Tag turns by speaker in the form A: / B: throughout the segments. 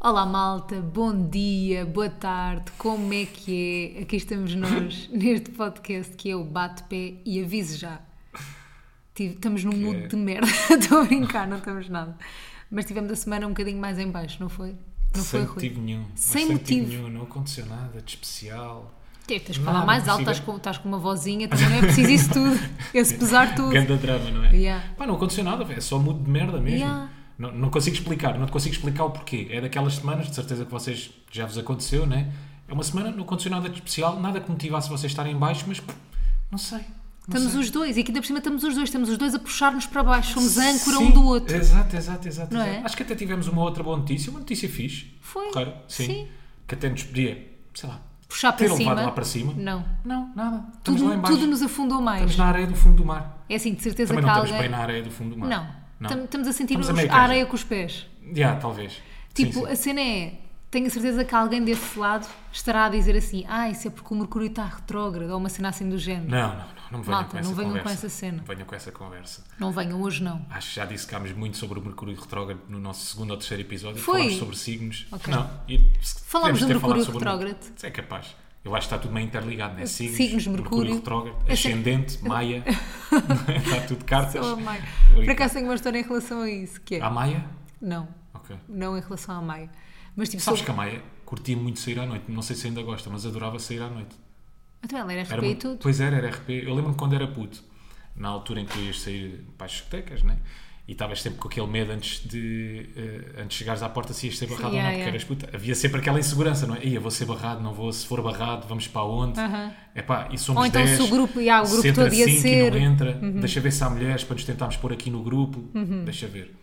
A: Olá malta, bom dia, boa tarde, como é que é? Aqui estamos nós neste podcast que é o Bate-Pé e Avise Já. Tive- Estamos num mood
B: é?
A: de merda, estou a brincar, não estamos nada. Mas tivemos a semana um bocadinho mais em baixo, não foi? Não foi,
B: sem
A: Rui?
B: motivo nenhum. Mas
A: Sem motivo.
B: nenhum, não aconteceu nada de especial.
A: Tens de
B: Nada
A: falar mais alto,
B: possível.
A: estás com, estás com uma vozinha, também não é preciso isso tudo, esse pesar tudo.
B: Grande drama, não é?
A: Yeah.
B: Pá, não aconteceu nada, véio, é só mudo de merda mesmo.
A: Yeah.
B: Não, não consigo explicar, não te consigo explicar o porquê. É daquelas semanas, de certeza que vocês já vos aconteceu, né? É uma semana, não aconteceu nada de especial, nada que motivasse vocês a estarem em baixo, mas pff, não sei. não
A: Estamos
B: sei.
A: os dois, e aqui ainda por cima estamos os dois, estamos os dois a puxar-nos para baixo, somos âncora
B: Sim, É.
A: um do outro.
B: Exato, exato, exato.
A: Não
B: exato.
A: é?
B: Acho que até tivemos uma outra boa notícia, uma notícia fixe.
A: Foi.
B: Claro, sim.
A: Sim.
B: Que até nos podia, sei lá,
A: Puxar para
B: ter levado
A: cima.
B: lá para cima.
A: Não.
B: Não, nada. Estamos lá
A: Tudo,
B: em baixo.
A: tudo nos afundou mais.
B: Estamos na areia do fundo do mar.
A: É assim, de certeza
B: Também
A: que
B: não
A: há
B: estamos
A: alguém.
B: bem na areia do fundo do mar.
A: Não, Tam- estamos a sentir
B: Estamos a
A: os-
B: meio
A: a,
B: caminho.
A: areia com os pés.
B: Yeah, talvez.
A: Tipo,
B: Sim, sim.
A: a cena é. Tenho a certeza que alguém desse lado estará a dizer assim: Ah, isso é porque o Mercúrio está retrógrado, ou uma cena assim do género.
B: Não, não, não, não me venham
A: Malta,
B: com essa
A: não venham
B: conversa.
A: com essa cena.
B: Não venham com essa conversa.
A: Não venham hoje, não.
B: Acho que já dissecámos muito sobre o Mercúrio retrógrado no nosso segundo ou terceiro episódio.
A: Foi?
B: Falámos sobre signos.
A: Ok.
B: Não. E se
A: Falámos
B: devemos
A: do
B: ter
A: Mercúrio
B: falado sobre o-
A: retrógrado.
B: É capaz. Eu acho que está tudo meio interligado, né? Signos,
A: Signos, Mercúrio.
B: retrógrado,
A: Eu sei-
B: ascendente, Maia. está tudo cartas.
A: Sou a Maia.
B: Obrigado.
A: Oh, Por acaso tenho uma história em relação a isso, que é.
B: A Maia?
A: Não,
B: Ok.
A: não em relação à Maia. Mas tipo,
B: Sabes
A: sou-
B: que a Maia curtia muito sair à noite. Não sei se ainda gosta, mas adorava sair à noite.
A: Então ela era RP
B: Era
A: e
B: muito-
A: tudo.
B: Pois era, era RP. Eu lembro-me quando era puto, na altura em que tu ias sair para as discotecas, né? E estavas sempre com aquele medo antes de, eh, antes de chegares à porta se ias ser barrado
A: Yeah,
B: ou não, porque
A: yeah.
B: eras puto. Havia sempre aquela insegurança, não é? Ia, vou ser barrado, não vou, se for barrado, vamos para onde?
A: Aham.
B: Epá, e somos
A: Ou então
B: 10,
A: se o grupo, e há, o grupo
B: entra
A: todo ia
B: cinco e
A: ser. Uhum.
B: não entra, deixa ver se há mulheres para nos tentarmos pôr aqui no grupo, deixa ver.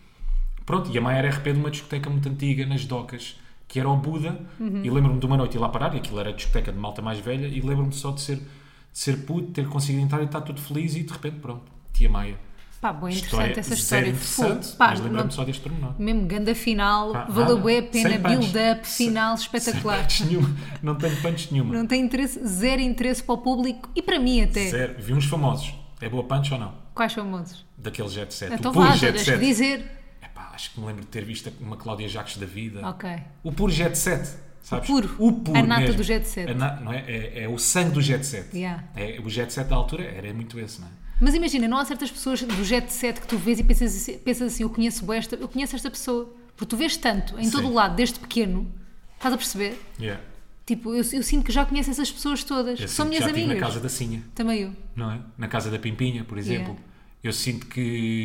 B: Pronto, e a Maia era RP de uma discoteca muito antiga, nas docas, que era o Buda,
A: Uhum.
B: e lembro-me de uma noite ir lá parar, e aquilo era discoteca de malta mais velha, e lembro-me só de ser, de ser puto, ter conseguido entrar e estar tudo feliz, e de repente, pronto, tia Maia. é
A: Pá, bem interessante essa
B: zero
A: história.
B: interessante,
A: Fogo. Pá,
B: mas
A: não-
B: lembro-me só deste pormenor.
A: Mesmo ganda final,
B: Pá,
A: valeu
B: nada.
A: bem a pena,
B: Sem punch.
A: build-up,
B: Sem-
A: final
B: Sem
A: é espetacular.
B: punch nenhuma, não tenho punch nenhuma.
A: Não é. tem interesse, zero interesse para o público e para mim até.
B: Zero. Vi uns famosos. É boa punch ou não?
A: Quais são modos?
B: Daquele jet set.
A: Então
B: o puro
A: vá, então
B: jet
A: deixa
B: set.
A: me dizer.
B: Epá, acho que me lembro de ter visto uma Cláudia Jacques da vida.
A: Ok.
B: O puro jet set, sabes?
A: O puro. A nata do jet set.
B: A na- não é? É, é o sangue do jet set.
A: Yeah.
B: É, o jet set da altura era muito esse, não é?
A: Mas imagina, não há certas pessoas do jet set que tu vês e pensas assim, pensas assim eu conheço bué esta, eu conheço esta pessoa. Porque tu vês tanto, em todo
B: Sim.
A: o lado, desde pequeno, estás a perceber?
B: Yeah.
A: Tipo, eu, eu sinto que já conheço essas pessoas todas,
B: Eu
A: que são
B: sinto que
A: minhas
B: já estive
A: amigas.
B: na casa da Sinha,
A: Também eu.
B: não é? Na casa da Pimpinha, por exemplo. Eu sinto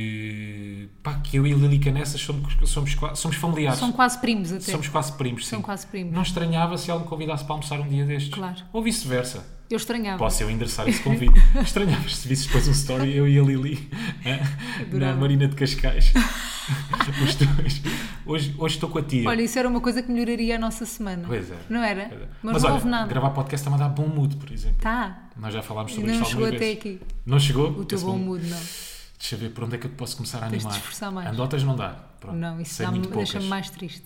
B: que. pá, que eu e a Lilica Nessas somos, somos, qua- somos familiares.
A: São quase primos até.
B: Somos quase primos, sim.
A: São quase primos.
B: Não estranhava se ela me convidasse para almoçar um dia destes.
A: Claro.
B: Ou vice-versa.
A: Eu estranhava.
B: Posso eu endereçar esse convite? Estranhavas se visses depois um story, eu e a Lili, hã? na
A: Adorava.
B: Marina de Cascais. Os dois. Hoje, hoje estou com a tia.
A: Olha, isso era uma coisa que melhoraria a nossa semana.
B: Pois é.
A: Não era?
B: Pois é.
A: Mas,
B: Mas
A: não
B: olha,
A: houve nada.
B: gravar podcast está-me a dar bom mood, por exemplo.
A: Tá.
B: Nós já falámos sobre
A: Ainda não
B: isto
A: chegou
B: algumas
A: até
B: vezes.
A: aqui.
B: Não chegou?
A: O teu
B: Esse
A: bom mood, não.
B: Deixa eu ver por onde é que eu te posso começar a
A: Tens de
B: animar.
A: te esforçar mais.
B: Anedotas não dá. Pronto.
A: Não, isso
B: Sei
A: dá-me-
B: muito poucas.
A: deixa-me mais triste.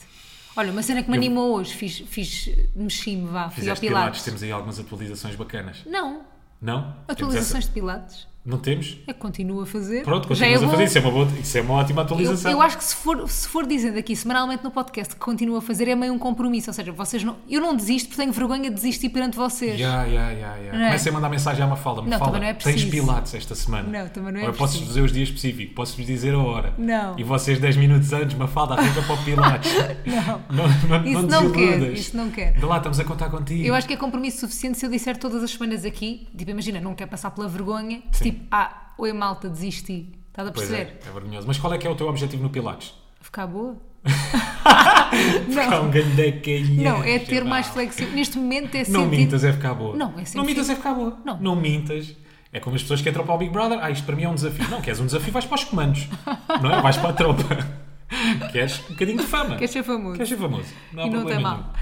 A: Olha, uma cena que me animou hoje, fiz, fiz mexi-me, vá, fui ao
B: Fizeste
A: Pilates.
B: pilates. temos aí algumas atualizações bacanas.
A: Não,
B: Não? Temos essa-
A: atualizações de Pilates.
B: Não temos?
A: É que continuo a fazer.
B: Pronto,
A: Já é
B: continuas a
A: bom.
B: fazer. Isso é, uma boa, isso é uma ótima atualização.
A: Eu, eu acho que se for, se for dizendo aqui semanalmente no podcast que continuo a fazer é meio um compromisso, ou seja, vocês não, eu não desisto porque tenho vergonha de desistir perante vocês.
B: Ya, ya, ya, ya.
A: Não é?
B: Comecem a mandar mensagem à Mafalda.
A: Não,
B: Mafalda,
A: também não é
B: tens
A: preciso.
B: pilates esta semana.
A: Não, também não é
B: Ou eu posso-vos
A: preciso.
B: dizer os dias específicos, posso-vos dizer a hora.
A: Não.
B: E vocês 10 minutos antes, Mafalda, arranca para o pilates.
A: Não.
B: Não, não,
A: Isso
B: não
A: não
B: desiludas.
A: quero, isso não quero.
B: De lá, estamos a contar contigo.
A: Eu acho que é compromisso suficiente se eu disser todas as semanas aqui, tipo, imagina, não quero passar pela vergonha,
B: Sim.
A: tipo, ah, oi malta, desisti. Estás a
B: Pois
A: perceber?
B: é, é vergonhoso. Mas qual é que é o teu objetivo no pilates?
A: Ficar boa?
B: Ficar
A: não,
B: um grande canhão,
A: não, é ter
B: chaval.
A: mais flexibilidade. Neste momento é
B: Não
A: sentir...
B: mintas, é ficar boa.
A: Não, é
B: não
A: sempre
B: mintas, é ficar boa.
A: Não.
B: mintas. É como as pessoas que entram para o Big Brother. Ah, isto para mim é um desafio. Não, queres um desafio, vais para os comandos. Não é? Vais para a tropa. Queres um bocadinho de fama.
A: Queres ser famoso.
B: Queres ser famoso. Não há
A: e não
B: problema
A: tem
B: nenhum.
A: mal.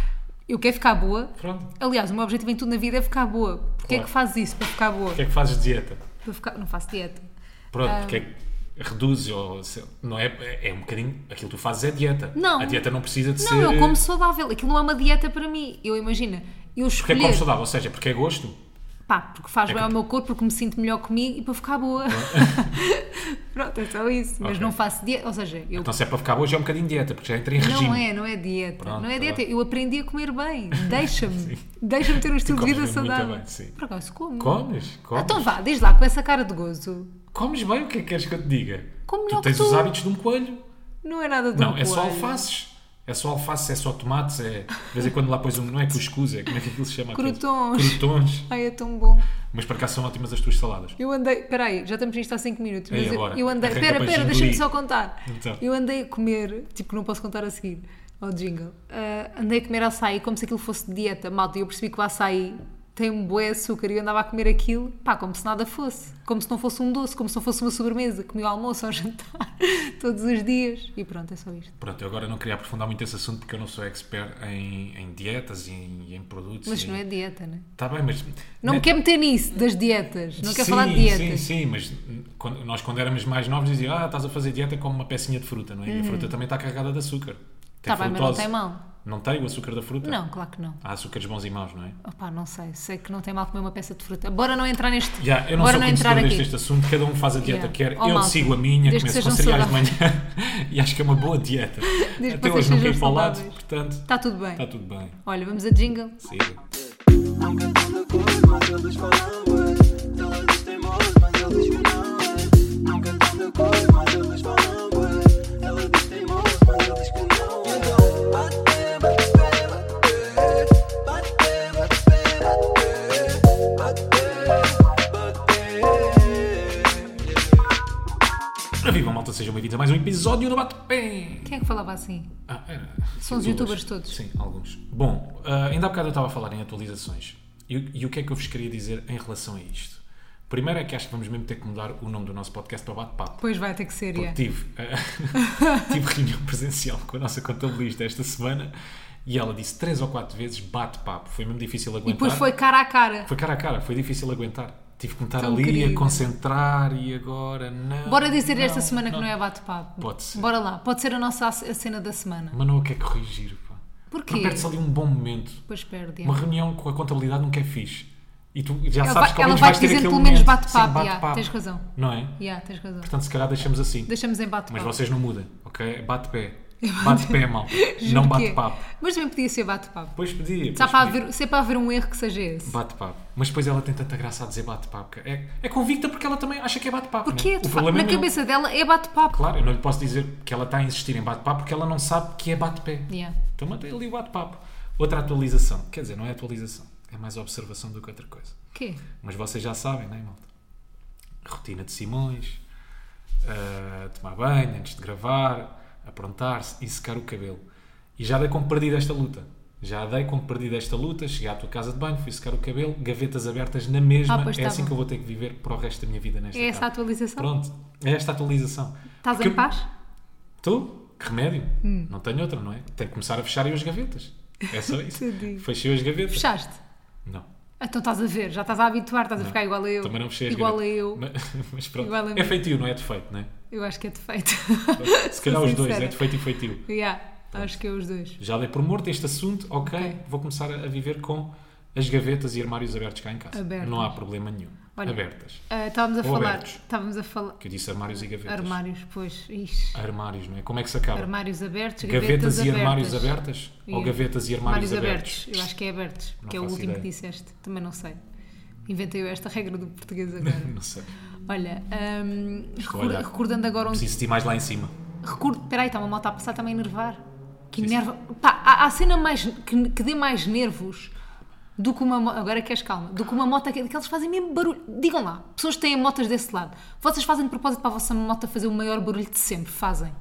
A: Eu quero ficar boa.
B: Pronto.
A: Aliás, o meu objetivo em tudo na vida é ficar boa. Porquê é
B: Claro.
A: que fazes isso? Para ficar boa?
B: O que é que fazes de dieta?
A: Para ficar... Não faço dieta.
B: Pronto,
A: Ah.
B: porque é que reduzes ou... sei- Não é, é- é um bocadinho... Aquilo que tu fazes é dieta.
A: Não.
B: A dieta não precisa de ser...
A: Não, eu como saudável. Aquilo não é uma dieta para mim. Eu imagino, eu
B: Porque é
A: escolher...
B: como saudável. Ou seja, porque é gosto.
A: Pá, porque faz
B: É
A: bem
B: que-
A: ao meu corpo, porque me sinto melhor comigo e para ficar boa. Pronto, é só isso. Mas
B: Ok.
A: não faço dieta. Ou seja, eu.
B: Então, se é para ficar hoje, é um bocadinho dieta, porque já entrei em regime.
A: Não é, não é dieta.
B: Pronto,
A: não é
B: tá
A: dieta.
B: bem.
A: Eu aprendi a comer bem. Deixa-me. Deixa-me ter um estilo de
B: comes
A: vida
B: muito
A: saudável.
B: bem, sim.
A: Por acaso como.
B: Comes,
A: Ah,
B: comes.
A: Então vá, diz lá, com essa cara de gozo.
B: Comes bem, o que é que queres que eu te diga?
A: Como melhor que
B: tu tens
A: tu.
B: os hábitos de um coelho.
A: Não é nada de
B: não,
A: um
B: é só
A: coelho.
B: alfaces. É só alfaces, é só tomates, é... De vez em quando lá pões um... Não é cuscuz, é como é que aquilo se chama? aquilo?
A: Crotons.
B: Crotons.
A: Ai, é tão bom.
B: Mas para cá são ótimas as tuas saladas.
A: Eu andei, peraí, já estamos nisto há 5 minutos.
B: Ei,
A: Mas eu-
B: agora,
A: eu andei,
B: arranca
A: pera,
B: para
A: pera,
B: Gingli.
A: deixa-me só contar.
B: Então.
A: Eu andei a comer, tipo, que não posso contar a seguir ao jingle. Ah, andei a comer açaí como se aquilo fosse dieta, malta. E eu percebi que o açaí tem um bué açúcar e eu andava a comer aquilo, pá, como se nada fosse. Como se não fosse um doce, como se não fosse uma sobremesa. Comi o almoço ao jantar, todos os dias. E pronto, é só isto.
B: Pronto, eu agora não queria aprofundar muito esse assunto porque eu não sou expert em, em dietas e em, em produtos.
A: Mas
B: e-
A: não é dieta, né?
B: Tá bem, mas...
A: Não me
B: Né?
A: quero meter nisso, das dietas. Não quero
B: Sim,
A: falar de dietas.
B: Sim, sim, mas hum, quando- nós quando éramos mais novos diziam ah, estás a fazer dieta como uma pecinha de fruta, não é? E a fruta também está carregada de açúcar. Tem
A: Hum. Tá bem, mas não
B: frutose.
A: tem mal.
B: Não tem o açúcar da fruta?
A: Não, claro que não.
B: Há açúcares bons e maus, não é?
A: Opá, não sei. Sei que não tem mal comer uma peça de fruta. Bora não entrar neste.
B: Já, eu não
A: Bora
B: sou conhecedor deste este assunto, cada um faz a dieta
A: Yeah.
B: que quer.
A: Ó,
B: eu
A: malta,
B: sigo a minha,
A: desde que
B: começo com
A: sejam
B: cereais de manhã e acho que é uma boa dieta.
A: que
B: Até
A: vocês
B: hoje não caí
A: sejam
B: para o lado,
A: saudáveis.
B: portanto,
A: Está Tá tudo bem.
B: está Tá tudo bem.
A: Olha, vamos a jingle.
B: Siga.
C: Não cantam na cor, mas eles falam ué. Ela diz teimoso, mas ele diz que não é. Não cantam na cor, mas eles falam ué. Ela diz teimoso, mas ele diz que não é. Então, bate, bate, bate, bate, bate, bate, bate, bate, bate.
B: Ora, Viva malta, sejam bem-vindos a mais um episódio do Bate-Pé!
A: Quem é que falava assim?
B: Ah, era.
A: São os youtubers todos.
B: Sim, alguns. Bom, ah, ainda há bocado eu estava a falar em atualizações. E, o- e o que é que eu vos queria dizer em relação a isto? Primeiro é que acho que vamos mesmo ter que mudar o nome do nosso podcast para Bate-Papo.
A: Pois vai ter que ser, é.
B: Porque
A: yeah.
B: tive, eh, tive reunião presencial com a nossa contabilista esta semana e ela disse três ou quatro vezes bate-papo. Foi mesmo difícil aguentar.
A: E depois foi cara a cara.
B: Foi cara a cara, foi difícil aguentar. Tive que me estar
A: Tão
B: ali a
A: querida.
B: concentrar e agora não.
A: Bora dizer esta semana que não é bate-papo.
B: Pode ser.
A: Bora lá. Pode ser a nossa ac- a cena da semana.
B: Mas não o que é corrigir, pá.
A: Porquê?
B: Porque perde-se ali um bom momento.
A: Depois perde.
B: Uma
A: Yeah.
B: reunião com a contabilidade nunca é fixe. E tu já
A: Ela
B: sabes
A: vai-
B: que
A: ela
B: ao menos
A: vai
B: vais ter
A: dizendo
B: aquele
A: pelo menos
B: momento.
A: bate-papo,
B: Sim,
A: já,
B: bate-papo.
A: tens razão.
B: Não é?
A: Yeah, tens razão.
B: Portanto, se calhar deixamos assim.
A: Deixamos em bate-papo.
B: Mas vocês não mudem, ok? Bate-pé. Bate-pé, mal. Não
A: Juro que é.
B: bate-papo.
A: Mas também podia ser bate-papo.
B: Depois pedia.
A: Se há
B: depois
A: para
B: pedia.
A: haver- se é para haver um erro que seja esse.
B: Bate-papo. Mas depois ela tem tanta graça a dizer bate-papo. que É, é convicta porque ela também acha que é bate-papo.
A: Porque
B: né?
A: é, de
B: O
A: facto,
B: problema
A: na
B: é meu.
A: cabeça dela é bate-papo.
B: Claro, eu não lhe posso dizer que ela está a insistir em bate-papo porque ela não sabe que é bate-pé.
A: Yeah.
B: Então mantém ali o bate-papo. Outra atualização. Quer dizer, não é atualização. É mais observação do que outra coisa.
A: Quê?
B: Mas vocês já sabem, não é, malta? Rotina de Simões. ah, tomar banho antes de gravar. Aprontar-se e secar o cabelo. E já dei como perdida esta luta. Já dei como perdida esta luta. Cheguei à tua casa de banho, fui secar o cabelo. Gavetas abertas na mesma.
A: Ah, pois
B: é
A: tá
B: assim
A: bom.
B: que eu vou ter que viver para o resto da minha vida nesta
A: É essa a
B: casa.
A: atualização?
B: Pronto, é esta atualização.
A: Estás
B: Porque
A: em paz?
B: Tu? Que remédio?
A: Hum.
B: Não tenho outra, não é? Tenho que começar a fechar aí as gavetas. É só isso.
A: Tadinho.
B: Fechei as gavetas.
A: Fechaste?
B: Não.
A: Então estás a ver, já estás a habituar, estás a ficar igual a eu.
B: Também não fechei as
A: Igual a
B: gavetas.
A: eu.
B: Mas, mas pronto.
A: Igual a mim.
B: é feitio, não é defeito, não é?
A: Eu acho que é defeito.
B: Se calhar
A: Sou
B: os dois,
A: sincera.
B: é defeito e feitio.
A: Yeah, acho que é os dois.
B: Já dei por morto este assunto, ok.
A: Ok.
B: Vou começar a a viver com as gavetas e armários abertos cá em casa.
A: Abertas.
B: Não há problema nenhum.
A: Olha.
B: Abertas.
A: Ah, estávamos a
B: Ou
A: falar.
B: abertos.
A: Estávamos a falar.
B: Que eu disse armários e gavetas.
A: Armários, pois. Ixi.
B: Armários, não é? Como é que se acaba?
A: Armários abertos,
B: Gavetas,
A: gavetas,
B: e armários
A: abertas.
B: abertas? Ou
A: Yeah.
B: gavetas e armários,
A: Armários
B: abertos?
A: abertos. Eu acho que é abertos, porque é o
B: faço
A: último que
B: ideia.
A: disseste. Também não sei. Inventei eu esta regra do português agora.
B: Não sei.
A: Olha, hum,
B: Estou a
A: recorda-
B: olhar.
A: recordando agora um
B: Preciso de ti mais lá em cima.
A: Recordo, peraí, está uma moto a passar também a enervar. Que
B: Sim,
A: enerva. Pá, há, há cena mais, que, que dê mais nervos do que uma moto. Agora queres calma. Do que uma moto que, que eles fazem mesmo barulho. Digam lá, pessoas que têm motas desse lado. Vocês fazem de propósito para a vossa moto fazer o maior barulho de sempre. Fazem.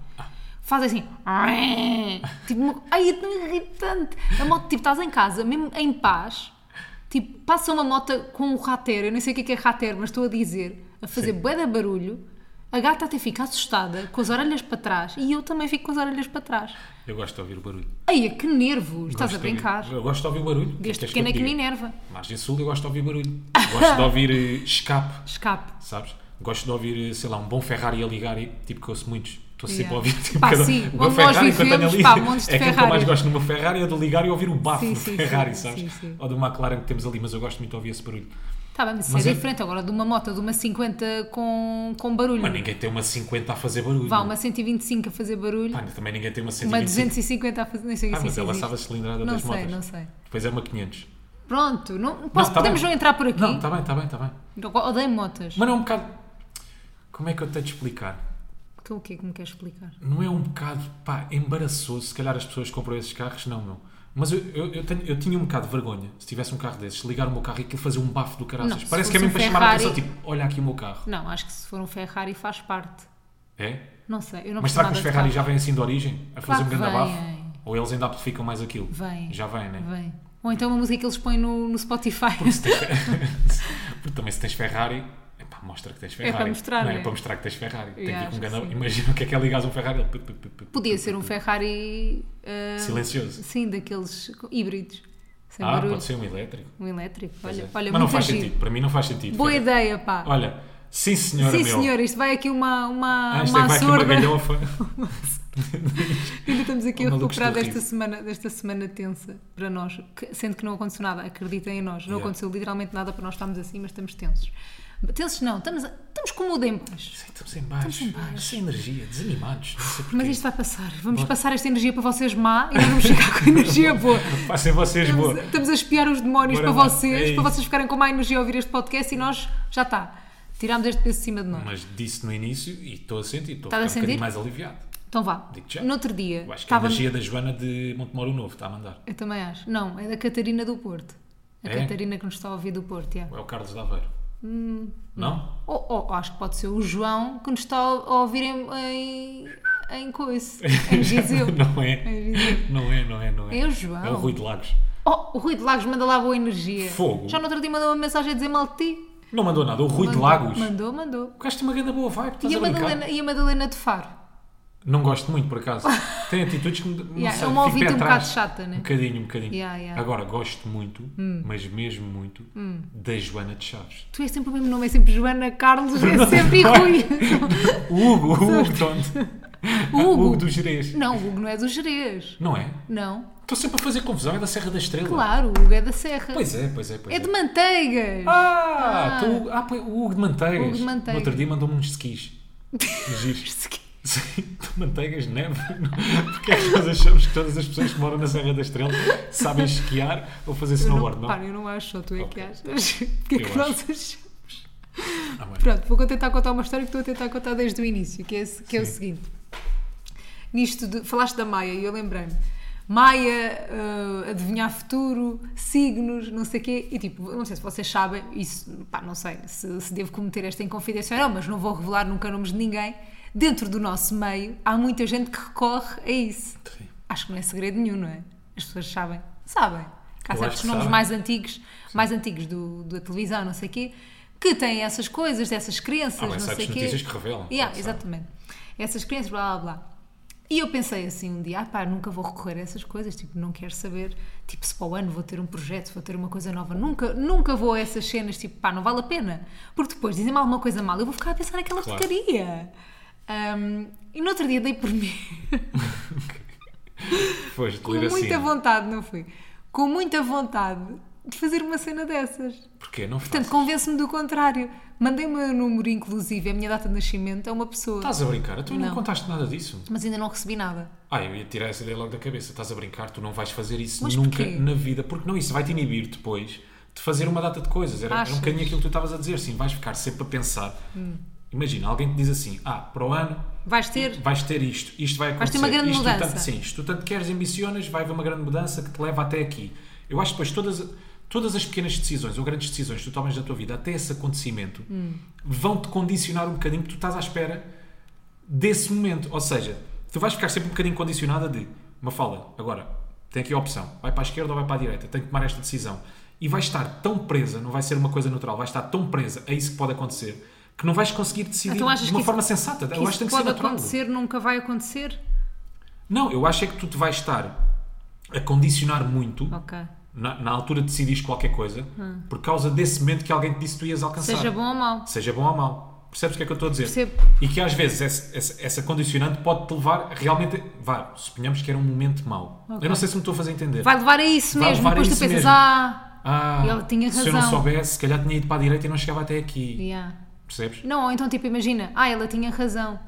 A: Fazem assim. Tipo, uma- ai, é tão irritante. A moto, tipo, estás em casa, mesmo em paz. Tipo, passa uma moto com um rater. Eu nem sei o que é que é rater, mas estou a dizer. A fazer bué de barulho. A gata até fica assustada, com as orelhas para trás, e eu também fico com as orelhas para trás.
B: Eu gosto de ouvir o barulho.
A: Eia, que nervos! Estás a
B: Gosto de ouvir-
A: brincar.
B: Eu gosto de ouvir o barulho. Queres
A: Desde
B: que eu
A: pequena
B: te
A: é que
B: diga?
A: me enerva.
B: Margem Sul, eu gosto de ouvir barulho. Gosto de ouvir eh, escape,
A: Escape.
B: sabes? Gosto de ouvir, eh, sei lá, um bom Ferrari a ligar, e, tipo que ouço muitos. Estou sempre
A: Yeah.
B: a ouvir tipo,
A: Pá,
B: cada-
A: sim,
B: o
A: onde
B: meu
A: nós
B: Ferrari que eu tenho
A: vivemos,
B: ali.
A: pá, montes de
B: é aquilo que eu
A: Ferraris.
B: mais gosto no meu Ferrari é de ligar e ouvir o bafo
A: Sim,
B: do
A: sim,
B: Ferrari,
A: sim,
B: sabes?
A: sim, sim.
B: Ou do McLaren que temos ali, mas eu gosto muito de ouvir esse barulho.
A: Tá bem, mas isso
B: Mas
A: é,
B: é-
A: diferente agora de uma moto de uma 50 com, com barulho.
B: Mas ninguém tem uma 50 a fazer barulho.
A: Hum. Vá, uma 125 a fazer barulho,
B: Pá, também ninguém tem uma 125.
A: uma 250 a fazer. Nem sei
B: Ah,
A: se
B: mas
A: isso
B: é
A: existe.
B: lançava a cilindrada
A: Não
B: das
A: sei,
B: motas.
A: não sei.
B: Depois é uma 500.
A: Pronto, não, posso-
B: tá
A: podemos
B: bem.
A: não entrar por aqui.
B: Não, está bem, está bem, está bem.
A: Eu Odeio motas.
B: Mas não é um bocado. Como é que eu tenho de explicar?
A: Então o que é que me queres explicar?
B: Não é um bocado, pá, embaraçoso. Se calhar as pessoas que compram esses carros, não, não. Mas eu, eu, eu tenho- eu tinha um bocado de vergonha se tivesse um carro desses, ligar o meu carro e aquilo fazer um bafo do
A: Não,
B: caraças.
A: se
B: Parece que é
A: fosse
B: mesmo para
A: um
B: chamar a atenção,
A: Ferrari-
B: tipo, olha aqui o meu carro.
A: Não, acho que se for um Ferrari faz parte.
B: É?
A: Não sei, eu não percebo
B: Mas será que os
A: nada de
B: Ferrari já
A: carro.
B: vêm assim de origem? A fazer
A: Claro
B: um
A: que
B: grande abafo?
A: vêm.
B: Ou eles ainda amplificam mais aquilo?
A: Vêm.
B: Já vêm, né?
A: Vem. Ou então uma música que eles põem no, no Spotify.
B: Porque também se tens Ferrari, epá, mostra que tens Ferrari.
A: para mostrar,
B: não é?
A: né?
B: para mostrar que tens Ferrari.
A: Eu
B: Tem que ir
A: acho
B: com um
A: que
B: grande-
A: sim.
B: Imagina o que é que é ligares um Ferrari. ele pu, pu, pu, pu, pu,
A: Podia
B: pu,
A: ser um
B: pu.
A: Ferrari. ah,
B: Silencioso.
A: Sim, daqueles híbridos. Sem
B: Ah,
A: barulho.
B: pode ser um elétrico.
A: Um elétrico.
B: Pois
A: Olha,
B: é.
A: olha
B: Mas não
A: muito
B: faz
A: giro.
B: sentido. Para mim não faz sentido.
A: Boa
B: Ferrari.
A: ideia, pá.
B: Olha, sim senhora,
A: Sim,
B: meu.
A: senhora, isto vai aqui uma, uma,
B: Ah, isto é
A: uma
B: que vai aqui uma
A: surda.
B: galhofa.
A: Ainda estamos aqui a
B: Uma Lux
A: recuperar
B: do Rio.
A: desta semana, desta semana tensa para nós, que- sendo que não aconteceu nada, acreditem em nós, não
B: Yeah.
A: aconteceu literalmente nada para nós estarmos assim, mas estamos tensos. Tensos não, estamos, estamos com o mood em paz.
B: Sim, Estamos em baixo.
A: Estamos em baixo.
B: Sem energia, desanimados. Não sei porquê.
A: Mas isto vai passar, vamos passar esta energia para vocês má e nós vamos ficar com energia boa.
B: Fazem vocês
A: Estamos,
B: boa.
A: estamos a espiar os demónios
B: Bora
A: para
B: lá, é
A: vocês,
B: isso.
A: para vocês ficarem com má energia a ouvir este podcast e nós, já está, tirámos este peso de cima de nós.
B: Mas disse no início e estou a sentir. Estou a
A: Estás a
B: ficar um bocadinho
A: sentir?
B: mais aliviado.
A: Então vá,
B: Digo-te já.
A: no outro dia,
B: Eu acho que a
A: estava-
B: energia da Joana de Montemoro Novo está a mandar.
A: eu também acho, não, é da Catarina do Porto. A
B: É?
A: Catarina que nos está a ouvir do Porto, yeah.
B: Ou é o Carlos de Aveiro?
A: Hum.
B: Não?
A: Ou, ou acho que pode ser o João que nos está a ouvir em, em, em coisa, em Giseu.
B: não é.
A: Em Viseu.
B: Não é, não é, não é.
A: É o João.
B: É o Rui de Lagos.
A: Oh, o Rui de Lagos manda lá boa energia.
B: Fogo.
A: Já no outro dia mandou uma mensagem a dizer mal de ti.
B: Não mandou nada. O Rui de
A: Mandou,
B: Lagos.
A: Mandou, mandou.
B: O gajo tem uma grande boa vibe. Estás
A: E a,
B: a brincar?
A: Madalena, e a Madalena de Faro?
B: Não gosto muito, por acaso. Tem atitudes que me. Não
A: Yeah, é
B: sei,
A: uma
B: fico pé
A: ouvinte um
B: atrás.
A: bocado chata, né?
B: Um bocadinho, um bocadinho.
A: Yeah, yeah. Hum.
B: Agora, gosto muito, mas mesmo muito, da Joana de Chaves.
A: Tu és sempre o mesmo nome, é sempre Joana Carlos, é sempre Rui.
B: O Hugo, o Hugo, de onde?
A: O
B: Ah,
A: Hugo.
B: do Jerez.
A: Não, o Hugo não é do Jerez.
B: Não é?
A: Não.
B: Estou sempre a fazer confusão, é da Serra da Estrela.
A: Claro, o Hugo é da Serra.
B: Pois é, pois é, pois
A: É de manteigas. Ah.
B: Ah, tu- ah, pois, o Hugo de Manteigas.
A: Hugo de Manteigas.
B: No outro dia mandou-me uns skis. Giros. Sim, de manteigas, neve. Porque é que nós achamos que todas as pessoas que moram na Serra da Estrela sabem esquiar ou fazer
A: Eu
B: snowboard,
A: não,
B: não?
A: para, eu não acho, só tu é que
B: Ok.
A: achas. O que é
B: Eu
A: que
B: acho.
A: nós achamos?
B: Ah, bem.
A: Pronto, vou tentar contar uma história que estou a tentar contar desde o início, que é, esse- que é o
B: Sim.
A: seguinte. Nisto de, falaste da Maia e eu lembrei-me. Maia, eh, adivinhar futuro, signos, não sei o quê. E tipo, não sei se vocês sabem, isso, pá, não sei se, se devo cometer esta inconfidência ou não, mas não vou revelar nunca nomes de ninguém. Dentro do nosso meio, há muita gente que recorre a isso.
B: Sim.
A: Acho que não é segredo nenhum, não é? As pessoas sabem. Sabem. Que há
B: Eu
A: certos
B: acho que
A: nomes
B: sabem.
A: mais antigos, mais antigos do, da televisão, não sei o quê, que têm essas coisas, dessas crenças,
B: Há Ah, bem
A: não sei
B: sites
A: o
B: de
A: quê.
B: notícias que revelam.
A: Yeah,
B: Claro,
A: exatamente. Essas crenças, blá blá blá. E eu pensei assim um dia, ah pá, nunca vou recorrer a essas coisas, tipo, não quero saber, tipo, se para o ano vou ter um projeto, se vou ter uma coisa nova, nunca, nunca vou a essas cenas, tipo, pá, não vale a pena. Porque depois dizem-me alguma coisa mal, eu vou ficar a pensar naquela
B: Claro.
A: porcaria. Ahm, e no outro dia dei por mim.
B: Foste
A: com
B: ler assim.
A: muita vontade, não fui? Com muita vontade de fazer uma cena dessas.
B: Porquê? Não
A: Portanto,
B: faço.
A: convence-me do contrário. Mandei o meu número, inclusive, a minha data de nascimento, a uma pessoa.
B: Estás a brincar? Tu não.
A: Não.
B: contaste nada disso.
A: Mas ainda não recebi nada.
B: Ah, eu ia tirar essa ideia logo da cabeça. Estás a brincar, tu não vais fazer isso
A: Mas
B: nunca
A: porquê?
B: na vida. Porque não, isso vai-te inibir depois de fazer uma data de coisas. Era, era um
A: Achas? Hum.
B: bocadinho aquilo que tu estavas a dizer. Sim, vais ficar sempre a pensar. Imagina, alguém te diz assim: Ah, para o ano
A: Vais ter.
B: vais ter isto, isto vai
A: Vais ter
B: acontecer.
A: uma grande
B: isto tu
A: mudança.
B: Tanto, sim, isto tu tanto queres, ambicionas, vai haver uma grande mudança que te leva até aqui. Eu acho que depois todas, todas as pequenas decisões ou grandes decisões que tu tomas na tua vida até esse acontecimento
A: Hum.
B: vão-te condicionar um bocadinho porque tu estás à espera desse momento. Ou seja, tu vais ficar sempre um bocadinho condicionada de uma fala, agora, tem aqui a opção, vai para a esquerda ou vai para a direita, tenho que tomar esta decisão. E vais estar tão presa, não vai ser uma coisa natural, vais estar tão presa a isso que pode acontecer que não vais conseguir decidir
A: Então achas
B: de uma
A: que isso-
B: forma sensata.
A: que
B: Eu acho que
A: isso
B: tem que ser
A: pode
B: natural.
A: acontecer, nunca vai acontecer.
B: Não, eu acho é que tu te vais estar a condicionar muito
A: Ok. Hum.
B: na, na altura de decidires qualquer coisa por causa desse momento que alguém te disse que tu ias alcançar.
A: Seja bom ou mau.
B: Seja bom ou mau. Percebes o que é que eu estou a dizer?
A: Percebo.
B: E que às vezes essa, essa- essa condicionante pode-te levar realmente. Vá, suponhamos que era um momento mau.
A: Ok.
B: Eu não sei se me estou a fazer entender.
A: Vai levar a isso
B: Vai
A: mesmo.
B: levar a
A: Depois tu
B: isso
A: pensas,
B: mesmo.
A: ah,
B: Ah,
A: E ele tinha
B: se eu não
A: razão.
B: soubesse, se calhar tinha ido para a direita e não chegava até aqui.
A: Yeah.
B: Percebes?
A: Não, ou então tipo, imagina, ah, ela tinha razão.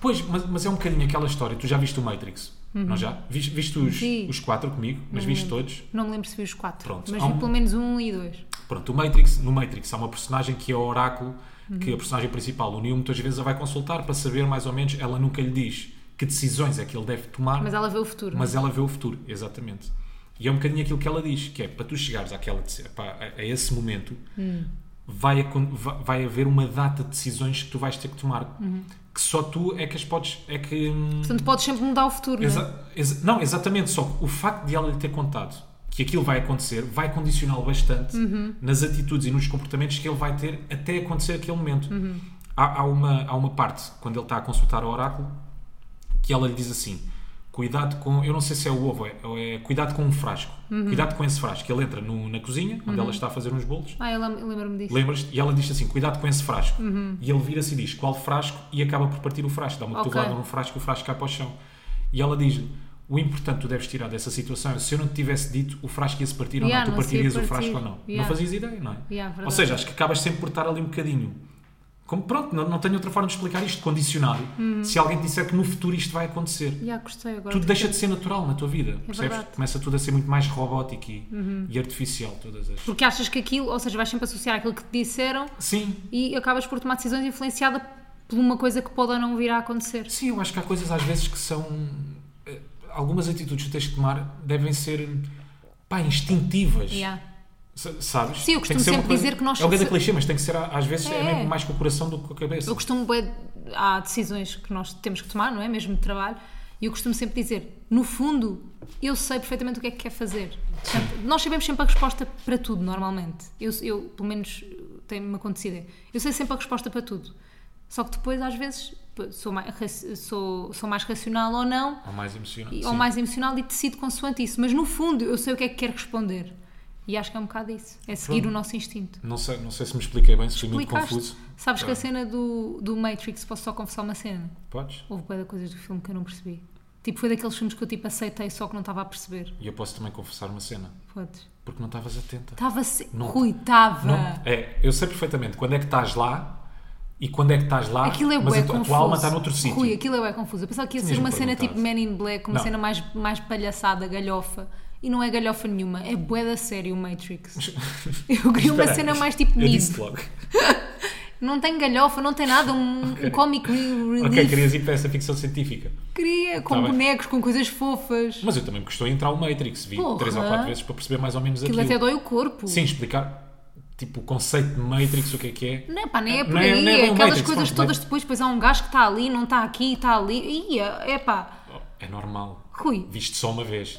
B: Pois, mas, mas é um bocadinho aquela história. Tu já viste o Matrix? Não já? Viste, viste os,
A: Uhum. Vi.
B: os quatro comigo, mas viste todos?
A: Não me lembro se vi os quatro,
B: Pronto,
A: mas
B: há
A: vi
B: um-
A: pelo menos um e dois.
B: Pronto, o Matrix, no Matrix há uma personagem que é o Oráculo, que é a personagem principal, o Neo, muitas vezes a vai consultar para saber mais ou menos, ela nunca lhe diz que decisões é que ele deve tomar,
A: Mas ela vê o futuro. é?
B: mas é ela vê o futuro, exatamente. E é um bocadinho aquilo que ela diz, que é para tu chegares àquela, deci- pá, a, a esse momento,
A: Hum.
B: vai, acon- va- vai haver uma data de decisões que tu vais ter que tomar,
A: Uhum.
B: que só tu é que as podes, é que... hum,
A: Portanto, podes sempre mudar o futuro, não é?
B: Exa- exa- não, exatamente, só que o facto de ela lhe ter contado que aquilo vai acontecer vai condicioná-lo bastante
A: Uhum.
B: nas atitudes e nos comportamentos que ele vai ter até acontecer aquele momento.
A: Uhum.
B: Há, há uma, há uma parte, quando ele está a consultar o oráculo, que ela lhe diz assim: cuidado com. Eu não sei se é o ovo, é, ou é cuidado com um frasco.
A: Uhum.
B: Cuidado com esse frasco. Ele entra no- na cozinha, onde ela está a fazer uns bolos.
A: Ah, eu lem- eu lembro-me disso.
B: Lembras-te? E ela diz assim: cuidado com esse frasco. E ele vira-se e diz: qual frasco? E acaba por partir o frasco. Dá uma
A: Uhum. Ok.
B: cotovelada no um frasco e o frasco cai para o chão. E ela diz-lhe: o importante que tu deves tirar dessa situação é se eu não te tivesse dito o frasco ia-se partir
A: Yeah,
B: ou não,
A: não
B: tu
A: se ia
B: partirias o
A: partir.
B: frasco ou não. Não
A: Yeah.
B: fazias ideia, não é?
A: Yeah, verdade.
B: ou seja, acho que acabas sempre por estar ali um bocadinho. Como, pronto, não, não tenho outra forma de explicar isto, condicionado.
A: Uhum.
B: Se alguém te disser que no futuro isto vai acontecer
A: Já, gostei agora.
B: tudo deixa de ser natural na tua vida, percebes?
A: Uhum. É verdade. Uhum.
B: Começa tudo a ser muito mais robótico e, e artificial, todas as...
A: Porque achas que aquilo, ou seja, vais sempre associar aquilo que te disseram
B: Sim,
A: e acabas por tomar decisões influenciada por uma coisa que pode ou não vir a acontecer.
B: sim, eu acho que há coisas às vezes que são... eh, Algumas atitudes que tens de tomar devem ser, pá, instintivas,
A: Yeah.
B: sa- sabes?
A: Sim, eu
B: Tem
A: costumo
B: que ser uma
A: sempre dizer que nós-
B: É um grande clichê, mas tem que ser, às vezes, é,
A: É.
B: mesmo mais com o coração do que com a cabeça.
A: Eu costumo, bué- há decisões que nós temos que tomar, não é? Mesmo de trabalho, e eu costumo sempre dizer, no fundo, eu sei perfeitamente o que é que quer fazer. Portanto, nós sabemos sempre a resposta para tudo, normalmente. Eu, eu pelo menos, tem-me acontecido. é, Eu sei sempre a resposta para tudo. Só que depois, às vezes, p- sou mais, raci- sou, sou mais racional ou não,
B: Ou mais emocionante.
A: e- ou
B: sim.
A: mais emocional e decido consoante isso. Mas no fundo, eu sei o que é que quero responder. E acho que é um bocado isso. É seguir
B: Pronto.
A: o nosso instinto.
B: Não sei, não sei se me expliquei bem, se fui muito
A: Explicaste.
B: confuso.
A: Sabes que
B: Ah.
A: a cena do, do Matrix, posso só confessar uma cena?
B: Podes?
A: Houve bué de coisas do filme que eu não percebi. Tipo, foi daqueles filmes que eu tipo aceitei só que não estava a perceber.
B: E eu posso também confessar uma cena,
A: Podes.
B: porque não estavas atenta.
A: Estava se...
B: Não.
A: Rui, estava.
B: Não, é, eu sei perfeitamente quando é que estás lá e quando é que estás lá,
A: Aquilo é
B: mas
A: bué
B: a, tua- a
A: confuso.
B: tua alma está noutro
A: Rui,
B: sítio.
A: aquilo é bué confuso. Eu pensava que ia ser
B: Tinhas-me
A: uma cena tipo
B: perguntado.
A: Men in Black, uma
B: Não.
A: cena mais, mais palhaçada, galhofa. E não é galhofa nenhuma, é bué da sério o Matrix. Eu queria uma
B: Espera aí,
A: cena mais tipo
B: Eu
A: Nib.
B: disse logo.
A: Não tem galhofa, não tem nada, um,
B: Ok.
A: um comic relief.
B: ok, querias ir para essa ficção científica.
A: Queria, com
B: Tá bem.
A: bonecos, com coisas fofas.
B: Mas eu também me custou entrar o Matrix, vi
A: Porra.
B: três ou quatro vezes para perceber mais ou menos aquilo.
A: Aquilo é até dói o corpo.
B: Sim, explicar tipo o conceito de Matrix, o que é que é.
A: Não é, pá, nem é por
B: Não é-
A: aí.
B: não é bem o
A: Aquelas
B: Matrix,
A: coisas
B: pronto,
A: todas
B: vai-
A: depois, depois há um gajo que está ali, não está aqui, está ali. Ia, é pá.
B: Oh, É normal.
A: Rui.
B: Viste só uma vez.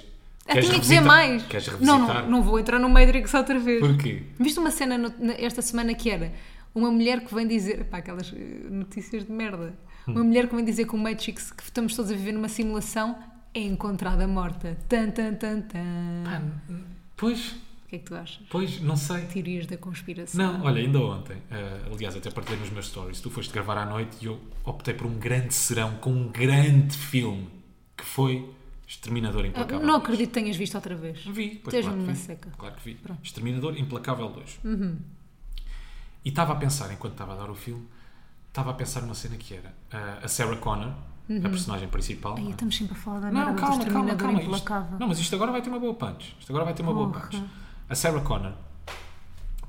A: Eu Ah, tinha que ver
B: revisitar?
A: mais.
B: Queres
A: não,
B: revisitar?
A: não, não vou entrar no Matrix outra vez.
B: Porquê?
A: Viste uma cena no- na- esta semana que era uma mulher que vem dizer. Pá, aquelas eh, notícias de merda.
B: Hum.
A: Uma mulher que vem dizer que o Matrix, que estamos todos a viver numa simulação, é encontrada morta. Tan, tan, tan, tan.
B: Ah, n- n- Pois,
A: O que é que tu achas?
B: pois, não sei.
A: Teorias da conspiração.
B: Não, olha, ainda ontem, eh, aliás, até partilhei nos meus stories, tu foste gravar à noite e eu optei por um grande serão com um grande filme que foi Exterminador
A: Ah,
B: Implacável.
A: não
B: 2.
A: acredito que tenhas visto outra vez.
B: Vi, pois
A: Tens-me
B: claro que
A: uma
B: vi.
A: seca. Uhum.
B: Claro que vi. Exterminador Implacável 2. E estava a pensar, enquanto estava a dar o filme, estava a pensar numa cena que era ah, a Sarah Connor, a personagem principal.
A: Uhum. Ai,
B: não é?
A: estamos sempre a falar da merda
B: Não,
A: do
B: calma, calma,
A: Exterminador
B: calma. é Isto-
A: Implacável.
B: não, mas isto agora vai ter uma boa punch. Isto agora vai ter uma boa
A: Porra.
B: punch. A Sarah Connor,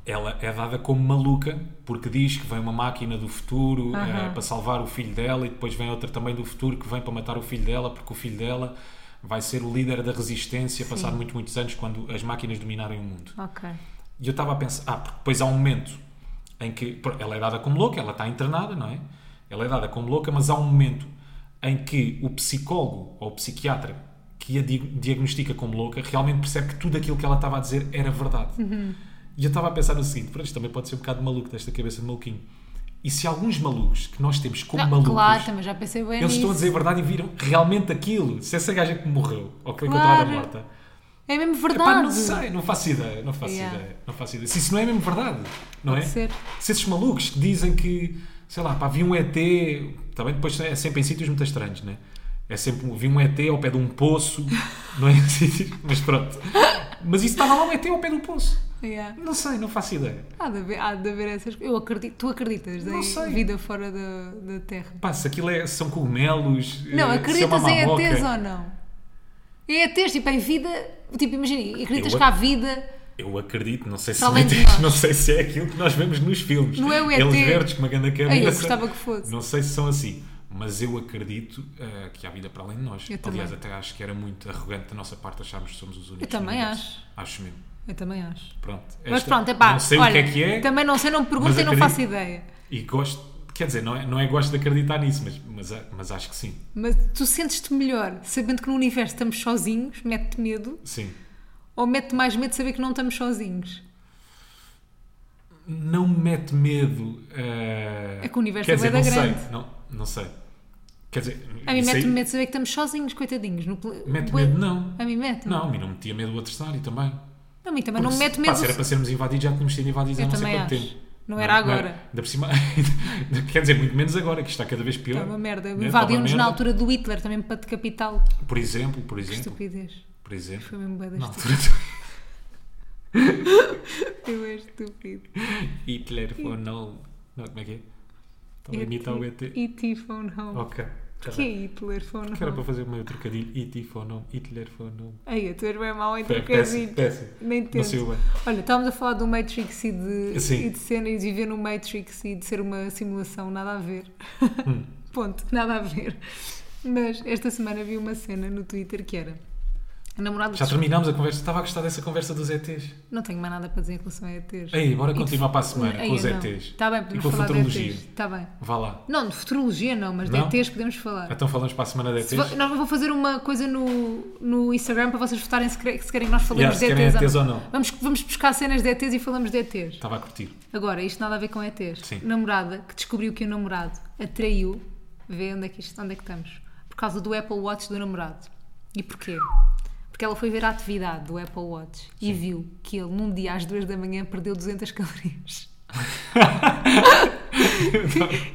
B: ela é dada como maluca porque diz que vem uma máquina do futuro eh, para salvar o filho dela e depois vem outra também do futuro que vem para matar o filho dela porque o filho dela vai ser o líder da resistência passado muitos, muitos anos quando as máquinas dominarem o mundo.
A: Ok.
B: E eu estava a pensar, ah, porque depois há um momento em que pô, ela é dada como louca, ela está internada, não é? Ela é dada como louca, mas há um momento em que o psicólogo ou o psiquiatra que a di- diagnostica como louca realmente percebe que tudo aquilo que ela estava a dizer era verdade.
A: Uhum.
B: E eu estava a pensar no seguinte: pronto, isto também pode ser um bocado maluco desta cabeça de maluquinho. E se alguns malucos que nós temos como
A: Não,
B: malucos,
A: Ah, claro, também é já pensei bem
B: eles
A: nisso.
B: estão a dizer a verdade e viram realmente aquilo, se essa gaja que morreu ou que foi
A: Claro.
B: encontrada morta.
A: É mesmo
B: Epá,
A: verdade.
B: não sei, não faço ideia, não faço
A: Yeah.
B: ideia, não faço ideia. Se isso não é mesmo verdade, não
A: Pode
B: é?
A: ser.
B: Se esses malucos que dizem que, sei lá, pá, vi um ET, também depois é sempre em sítios muito estranhos, né? É sempre, um- vi um ET ao pé de um poço, não é? Em sítios- Mas pronto. Mas isso estava lá um ET ao pé do poço.
A: Yeah.
B: Não sei, não faço ideia.
A: Há, de haver, há de haver essas coisas. Eu acredito, tu acreditas
B: Não
A: em
B: sei.
A: vida fora da, da Terra?
B: Pá, se aquilo é, são cogumelos.
A: Não,
B: eh, se é uma
A: acreditas em
B: mamoca.
A: ETs ou não? Em ETs, tipo, em vida. Tipo, imagina, acreditas
B: Eu
A: que há
B: ac-
A: vida.
B: Eu acredito, não sei se
A: Para além de
B: ETs,
A: nós.
B: não sei se é aquilo que nós vemos nos filmes.
A: Não é o
B: Eles
A: ET.
B: verdes com uma grande cabeça.
A: Ai, eu gostava que fosse.
B: Não sei se são assim, mas eu acredito ah, que há vida para além de nós.
A: Eu
B: Aliás,
A: também.
B: até acho que era muito arrogante da nossa parte acharmos que somos os únicos. no
A: também
B: universo. Acho mesmo.
A: Eu também acho.
B: Pronto.
A: Mas
B: Esta-
A: pronto, é pá.
B: Não sei
A: olha, então-
B: o que é que é
A: Também não sei, não me pergunto
B: mas
A: e não
B: acredito.
A: faço ideia.
B: e gosto. Quer dizer, não é, não é gosto de acreditar nisso, mas, mas, a- mas acho que sim.
A: Mas tu sentes-te melhor sabendo que no universo estamos sozinhos, mete-te medo,
B: Sim.
A: ou mete-te mais medo saber que não estamos sozinhos?
B: Não me mete medo. ah,
A: É que o universo
B: quer
A: é
B: dizer,
A: bué
B: não
A: da
B: sei.
A: grande.
B: Não, não sei. Quer dizer,
A: A mim
B: isso aí-
A: mete-me medo saber que estamos sozinhos, coitadinhos. No... pla-
B: Mete
A: bué-
B: medo, não.
A: A mim mete.
B: Não, a mim não metia medo o adversário também.
A: A mim também não me
B: Porque
A: mete
B: se-
A: medo.
B: Pá, se era para sermos invadidos, já tínhamos sido invadidos há
A: Eu
B: não sei
A: também
B: quanto
A: acho.
B: tempo. é?
A: Não era agora.
B: Ainda por cima, quer dizer, muito menos agora, que está cada vez pior.
A: É uma merda.
B: Né? Está uma
A: Invadiu-nos
B: merda.
A: na altura do Hitler também para decapitá-lo.
B: Por exemplo, por
A: Que
B: exemplo,
A: estupidez.
B: por exemplo.
A: Foi mesmo bué da
B: Na
A: estupidez.
B: altura
A: Eu é estúpido.
B: do Hitler foi não. Não, como é que é? Estava a imitar o ET.
A: E.T. tipo Phone Home.
B: Ok. tá
A: Que é
B: bem.
A: Hitler Phone
B: Que era para
A: Home?
B: fazer o meu trocadilho. ET foi não. Hitler foi não.
A: Ai, tu és bem então mau em
B: Foi péssimo,
A: trocadilhos.
B: péssimo.
A: Nem
B: Não
A: tento.
B: sei bem.
A: Olha, estávamos a falar do Matrix e de,
B: Sim.
A: e de cena e de viver no Matrix e de ser uma simulação, nada a ver.
B: Hum.
A: Ponto, nada a ver. Mas esta semana vi uma cena no Twitter que era a namorada
B: Já
A: dos-
B: terminámos a conversa. Estava a gostar dessa conversa dos ETs.
A: Não tenho mais nada para dizer em relação a ETs.
B: Aí, bora
A: E de-
B: continuar para a semana
A: Ai,
B: com os
A: eu não.
B: ETs.
A: Está bem,
B: e
A: podemos
B: com a
A: falar de
B: futurologia.
A: ETs. Está bem.
B: Vá lá.
A: Não, de futurologia não, mas
B: Não?
A: de ETs podemos falar.
B: Então falamos para a semana de ETs.
A: Se vo- Nós vou fazer uma coisa no, no Instagram para vocês votarem se, querem- se querem que nós
B: Yeah,
A: falemos
B: se querem
A: de ETs,
B: ETs
A: ou
B: ou
A: não.
B: não.
A: Vamos, vamos buscar cenas de ETs e falamos de ETs.
B: Estava a curtir.
A: Agora, isto nada a ver com ETs.
B: Sim.
A: Namorada que descobriu que o namorado atraiu, vê onde é, que isto, onde é que estamos, por causa do Apple Watch do namorado. E porquê? Porque ela foi ver a atividade do Apple Watch e viu que ele, num dia às duas da manhã, perdeu 200 calorias.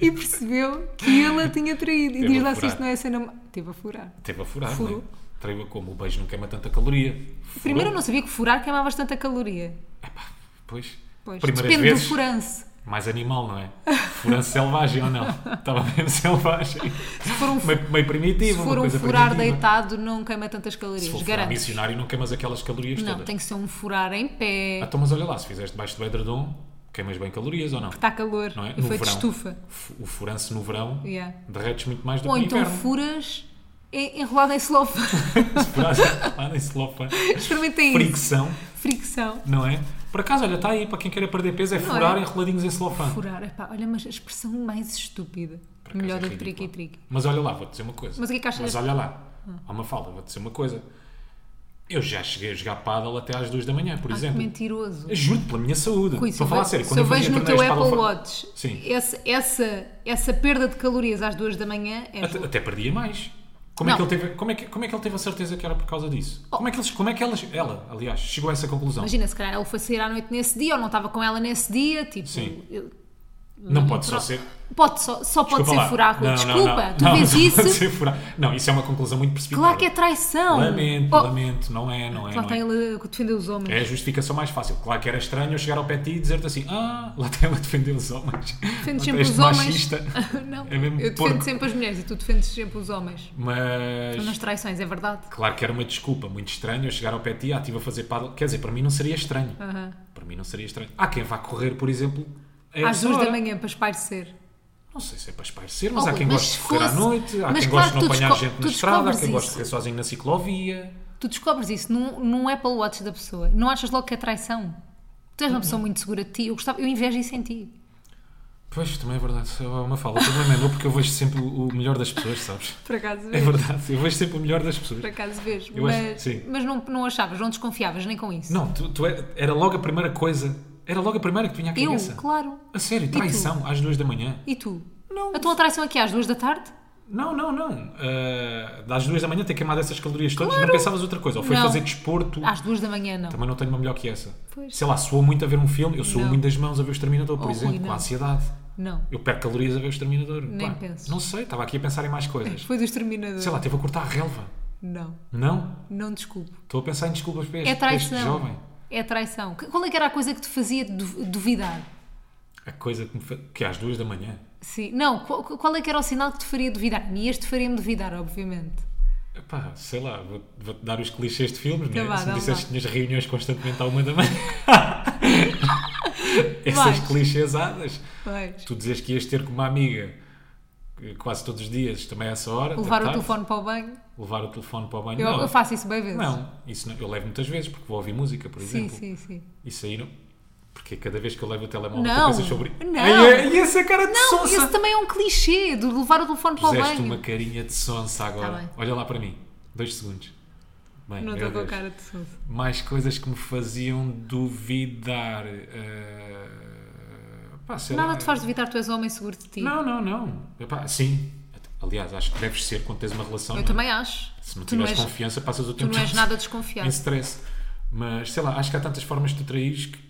A: e percebeu que ele a tinha traído. E
B: Teve
A: diz
B: a
A: lá se
B: furar.
A: isto não é cena. Teve a furar.
B: Teve a furar,
A: Furou.
B: não é? Traiu a como? O beijo não queima tanta caloria. Furou.
A: Primeiro eu não sabia que furar queimava tanta caloria.
B: Pois.
A: Pois,
B: Primeiras
A: depende
B: vezes,
A: do furance.
B: mais animal, não é? Furança selvagem ou não? Estava mesmo selvagem.
A: Se for um,
B: Meio, meio
A: se
B: primitivo,
A: for
B: uma
A: um
B: coisa
A: furar
B: primitiva.
A: deitado, não queima tantas calorias.
B: Se for furar
A: garanto.
B: missionário, não queimas aquelas calorias
A: Não,
B: todas.
A: tem que ser um furar em
B: Ah,
A: pé.
B: então, mas olha lá, se fizeste debaixo do edredom, queimas bem calorias ou não?
A: Está calor.
B: Não é?
A: E
B: No
A: foi de
B: verão.
A: estufa.
B: F- O furanço no verão
A: Yeah.
B: derretes muito mais do
A: Ou
B: que no
A: então
B: inverno.
A: furas en- enrolado em celofane.
B: Se furares lá em celofa.
A: Experimentem É isso.
B: Fricção,
A: Fricção.
B: não é? Por acaso, olha, está aí, para quem queira perder peso, é
A: Não
B: furar
A: é?
B: enroladinhos em celofane.
A: Furar. Epá, olha, mas a expressão mais estúpida.
B: Por acaso
A: Melhor
B: é
A: do que
B: ridículo.
A: triqui triqui.
B: Mas olha lá, vou-te dizer uma coisa.
A: Mas o que é que achas? Ah.
B: Mas olha lá, há uma falda, vou-te dizer uma coisa. Eu já cheguei a jogar paddle até às 2 da manhã, por
A: Ah, que
B: exemplo.
A: mentiroso.
B: Juro-te pela minha saúde.
A: Rui,
B: Estou a falar a
A: ve-
B: sério.
A: se
B: Quando
A: eu
B: eu fui
A: vejo
B: a
A: no teu
B: torneios de
A: Apple
B: paddle-
A: Watch
B: Sim.
A: essa, essa, essa perda de calorias às duas da manhã é
B: Até, até perdia mais. Como é,
A: Não. Oh.
B: que ele teve, como, é que, como é que ele teve a certeza que era por causa disso? Como, é que eles, como é que elas, ela, aliás, chegou a essa conclusão?
A: Imagina, se calhar ele foi sair à noite nesse dia ou não estava com ela nesse dia, tipo.
B: Sim.
A: eu-
B: não pode
A: pro-
B: só ser.
A: Pode só, só pode
B: Desculpa
A: ser
B: lá.
A: furar, Rui.
B: Não, não,
A: Desculpa,
B: não.
A: tu
B: Não,
A: vês
B: não pode
A: isso.
B: ser furar. Não, isso é uma conclusão muito precipitada.
A: Claro que é traição.
B: Lamento,
A: Oh,
B: lamento, não é, não é.
A: Lá
B: não
A: está
B: é.
A: ele a defender os homens.
B: É a justificação mais fácil. Claro que era estranho eu chegar ao pé de ti e dizer-te assim: Ah, lá tem ela a defender os homens.
A: Defende
B: Lá tá
A: sempre
B: este
A: os homens.
B: machista.
A: não,
B: É mesmo
A: eu defendo
B: porco.
A: sempre as mulheres e tu defendes sempre os homens. São nas
B: Mas.
A: traições, é verdade.
B: Claro que era uma desculpa muito estranha eu chegar ao pé de ti, ah, estive a fazer paddle. Quer dizer, para mim não seria estranho.
A: Aham.
B: Para mim não seria estranho. Há quem vá correr, por exemplo, a
A: Às
B: essa
A: duas da
B: hora.
A: manhã para espairecer.
B: Não sei se é para espairecer, mas
A: Oh,
B: há quem
A: mas
B: goste
A: se
B: de correr à
A: fosse-
B: noite, há
A: mas
B: quem
A: claro
B: goste
A: que
B: de
A: tu
B: não apanhar
A: desco-
B: gente
A: tu
B: na estrada, há
A: descobres
B: quem goste de
A: isso.
B: correr sozinho na ciclovia.
A: Tu descobres isso num, num Apple Watch da pessoa. Não achas logo que é traição? Tu és uma pessoa muito segura de ti. Eu, gostava, eu invejo isso em ti.
B: Pois, também é verdade, isso é uma fala. O problema é meu porque eu vejo sempre o melhor das pessoas, sabes?
A: Por acaso
B: É verdade, eu vejo sempre o melhor das pessoas.
A: Por acaso vês,
B: Eu acho-
A: mas,
B: sim.
A: mas não, não achavas, não desconfiavas nem com isso.
B: Não, tu, tu é- era logo a primeira coisa. Era logo a primeira que te vinha à
A: eu,
B: cabeça.
A: claro.
B: A sério, traição às duas da manhã.
A: E tu?
B: Não.
A: A tua traição aqui às duas da tarde?
B: Não, não, não. Ah, às duas da manhã ter queimado essas calorias todas,
A: Claro.
B: não pensavas outra coisa. Ou foi
A: Não.
B: fazer desporto.
A: Às duas da manhã, não.
B: Também não tenho uma melhor que essa.
A: Pois.
B: Sei lá, suou muito a ver um filme. Eu sou
A: Não.
B: muito das mãos a ver o Exterminador, por
A: Oh,
B: exemplo,
A: Rui,
B: com
A: não.
B: a ansiedade.
A: Não.
B: Eu perco calorias a ver o Exterminador. Nem
A: penso.
B: Não sei, estava aqui a pensar em mais coisas.
A: Foi do exterminador.
B: Sei lá, teve a cortar a relva.
A: Não.
B: Não?
A: Não desculpo.
B: Estou a pensar em desculpas para este,
A: É
B: para este
A: traição.
B: jovem.
A: é traição. Que- Qual é que era a coisa que te fazia du- duvidar?
B: A coisa que, me fa- que é às duas da manhã.
A: Sim. Não, qual, qual é que era o sinal que te faria duvidar? A mim este faria-me duvidar, obviamente.
B: Epá, sei lá, vou- vou-te dar os clichês de filmes,
A: Então
B: não
A: vá,
B: é? Se me
A: dá-me
B: disseste
A: lá.
B: que tinhas reuniões constantemente à uma da manhã.
A: Vais.
B: Essas clichêsadas.
A: Pois.
B: Tu dizes que ias ter com uma amiga eh, quase todos os dias, também a essa hora. da
A: Levar o
B: tarde.
A: telefone para o banho.
B: Levar o telefone para o banho.
A: Eu,
B: não,
A: eu faço isso bem vezes.
B: não, isso não, eu levo muitas vezes, porque vou ouvir música, por
A: Sim,
B: exemplo.
A: sim, sim.
B: Isso aí não. Porque cada vez que eu levo o telemóvel,
A: Não,
B: tu pensas sobre.
A: não.
B: Ai, e essa cara de
A: Não,
B: sonsa!
A: isso também é um clichê de levar o telefone para o
B: Puseste
A: banho.
B: uma carinha de sonsa agora.
A: Tá bem.
B: Olha lá para mim. Dois segundos. Bem,
A: Não
B: meu
A: estou com a
B: Deus.
A: cara de susto.
B: Mais coisas que me faziam duvidar. eh, pá, sei
A: Nada
B: lá.
A: te faz duvidar, tu és um homem seguro de ti.
B: Não, não, não. Epá, sim. Aliás, acho que deves ser quando tens uma relação.
A: Eu
B: não é?
A: também acho.
B: Se não
A: tu não
B: tiveres
A: és,
B: confiança, passas o
A: tu
B: tempo
A: não és
B: todo
A: nada
B: em
A: desconfiado.
B: stress. Mas sei lá, acho que há tantas formas de tu traíres que que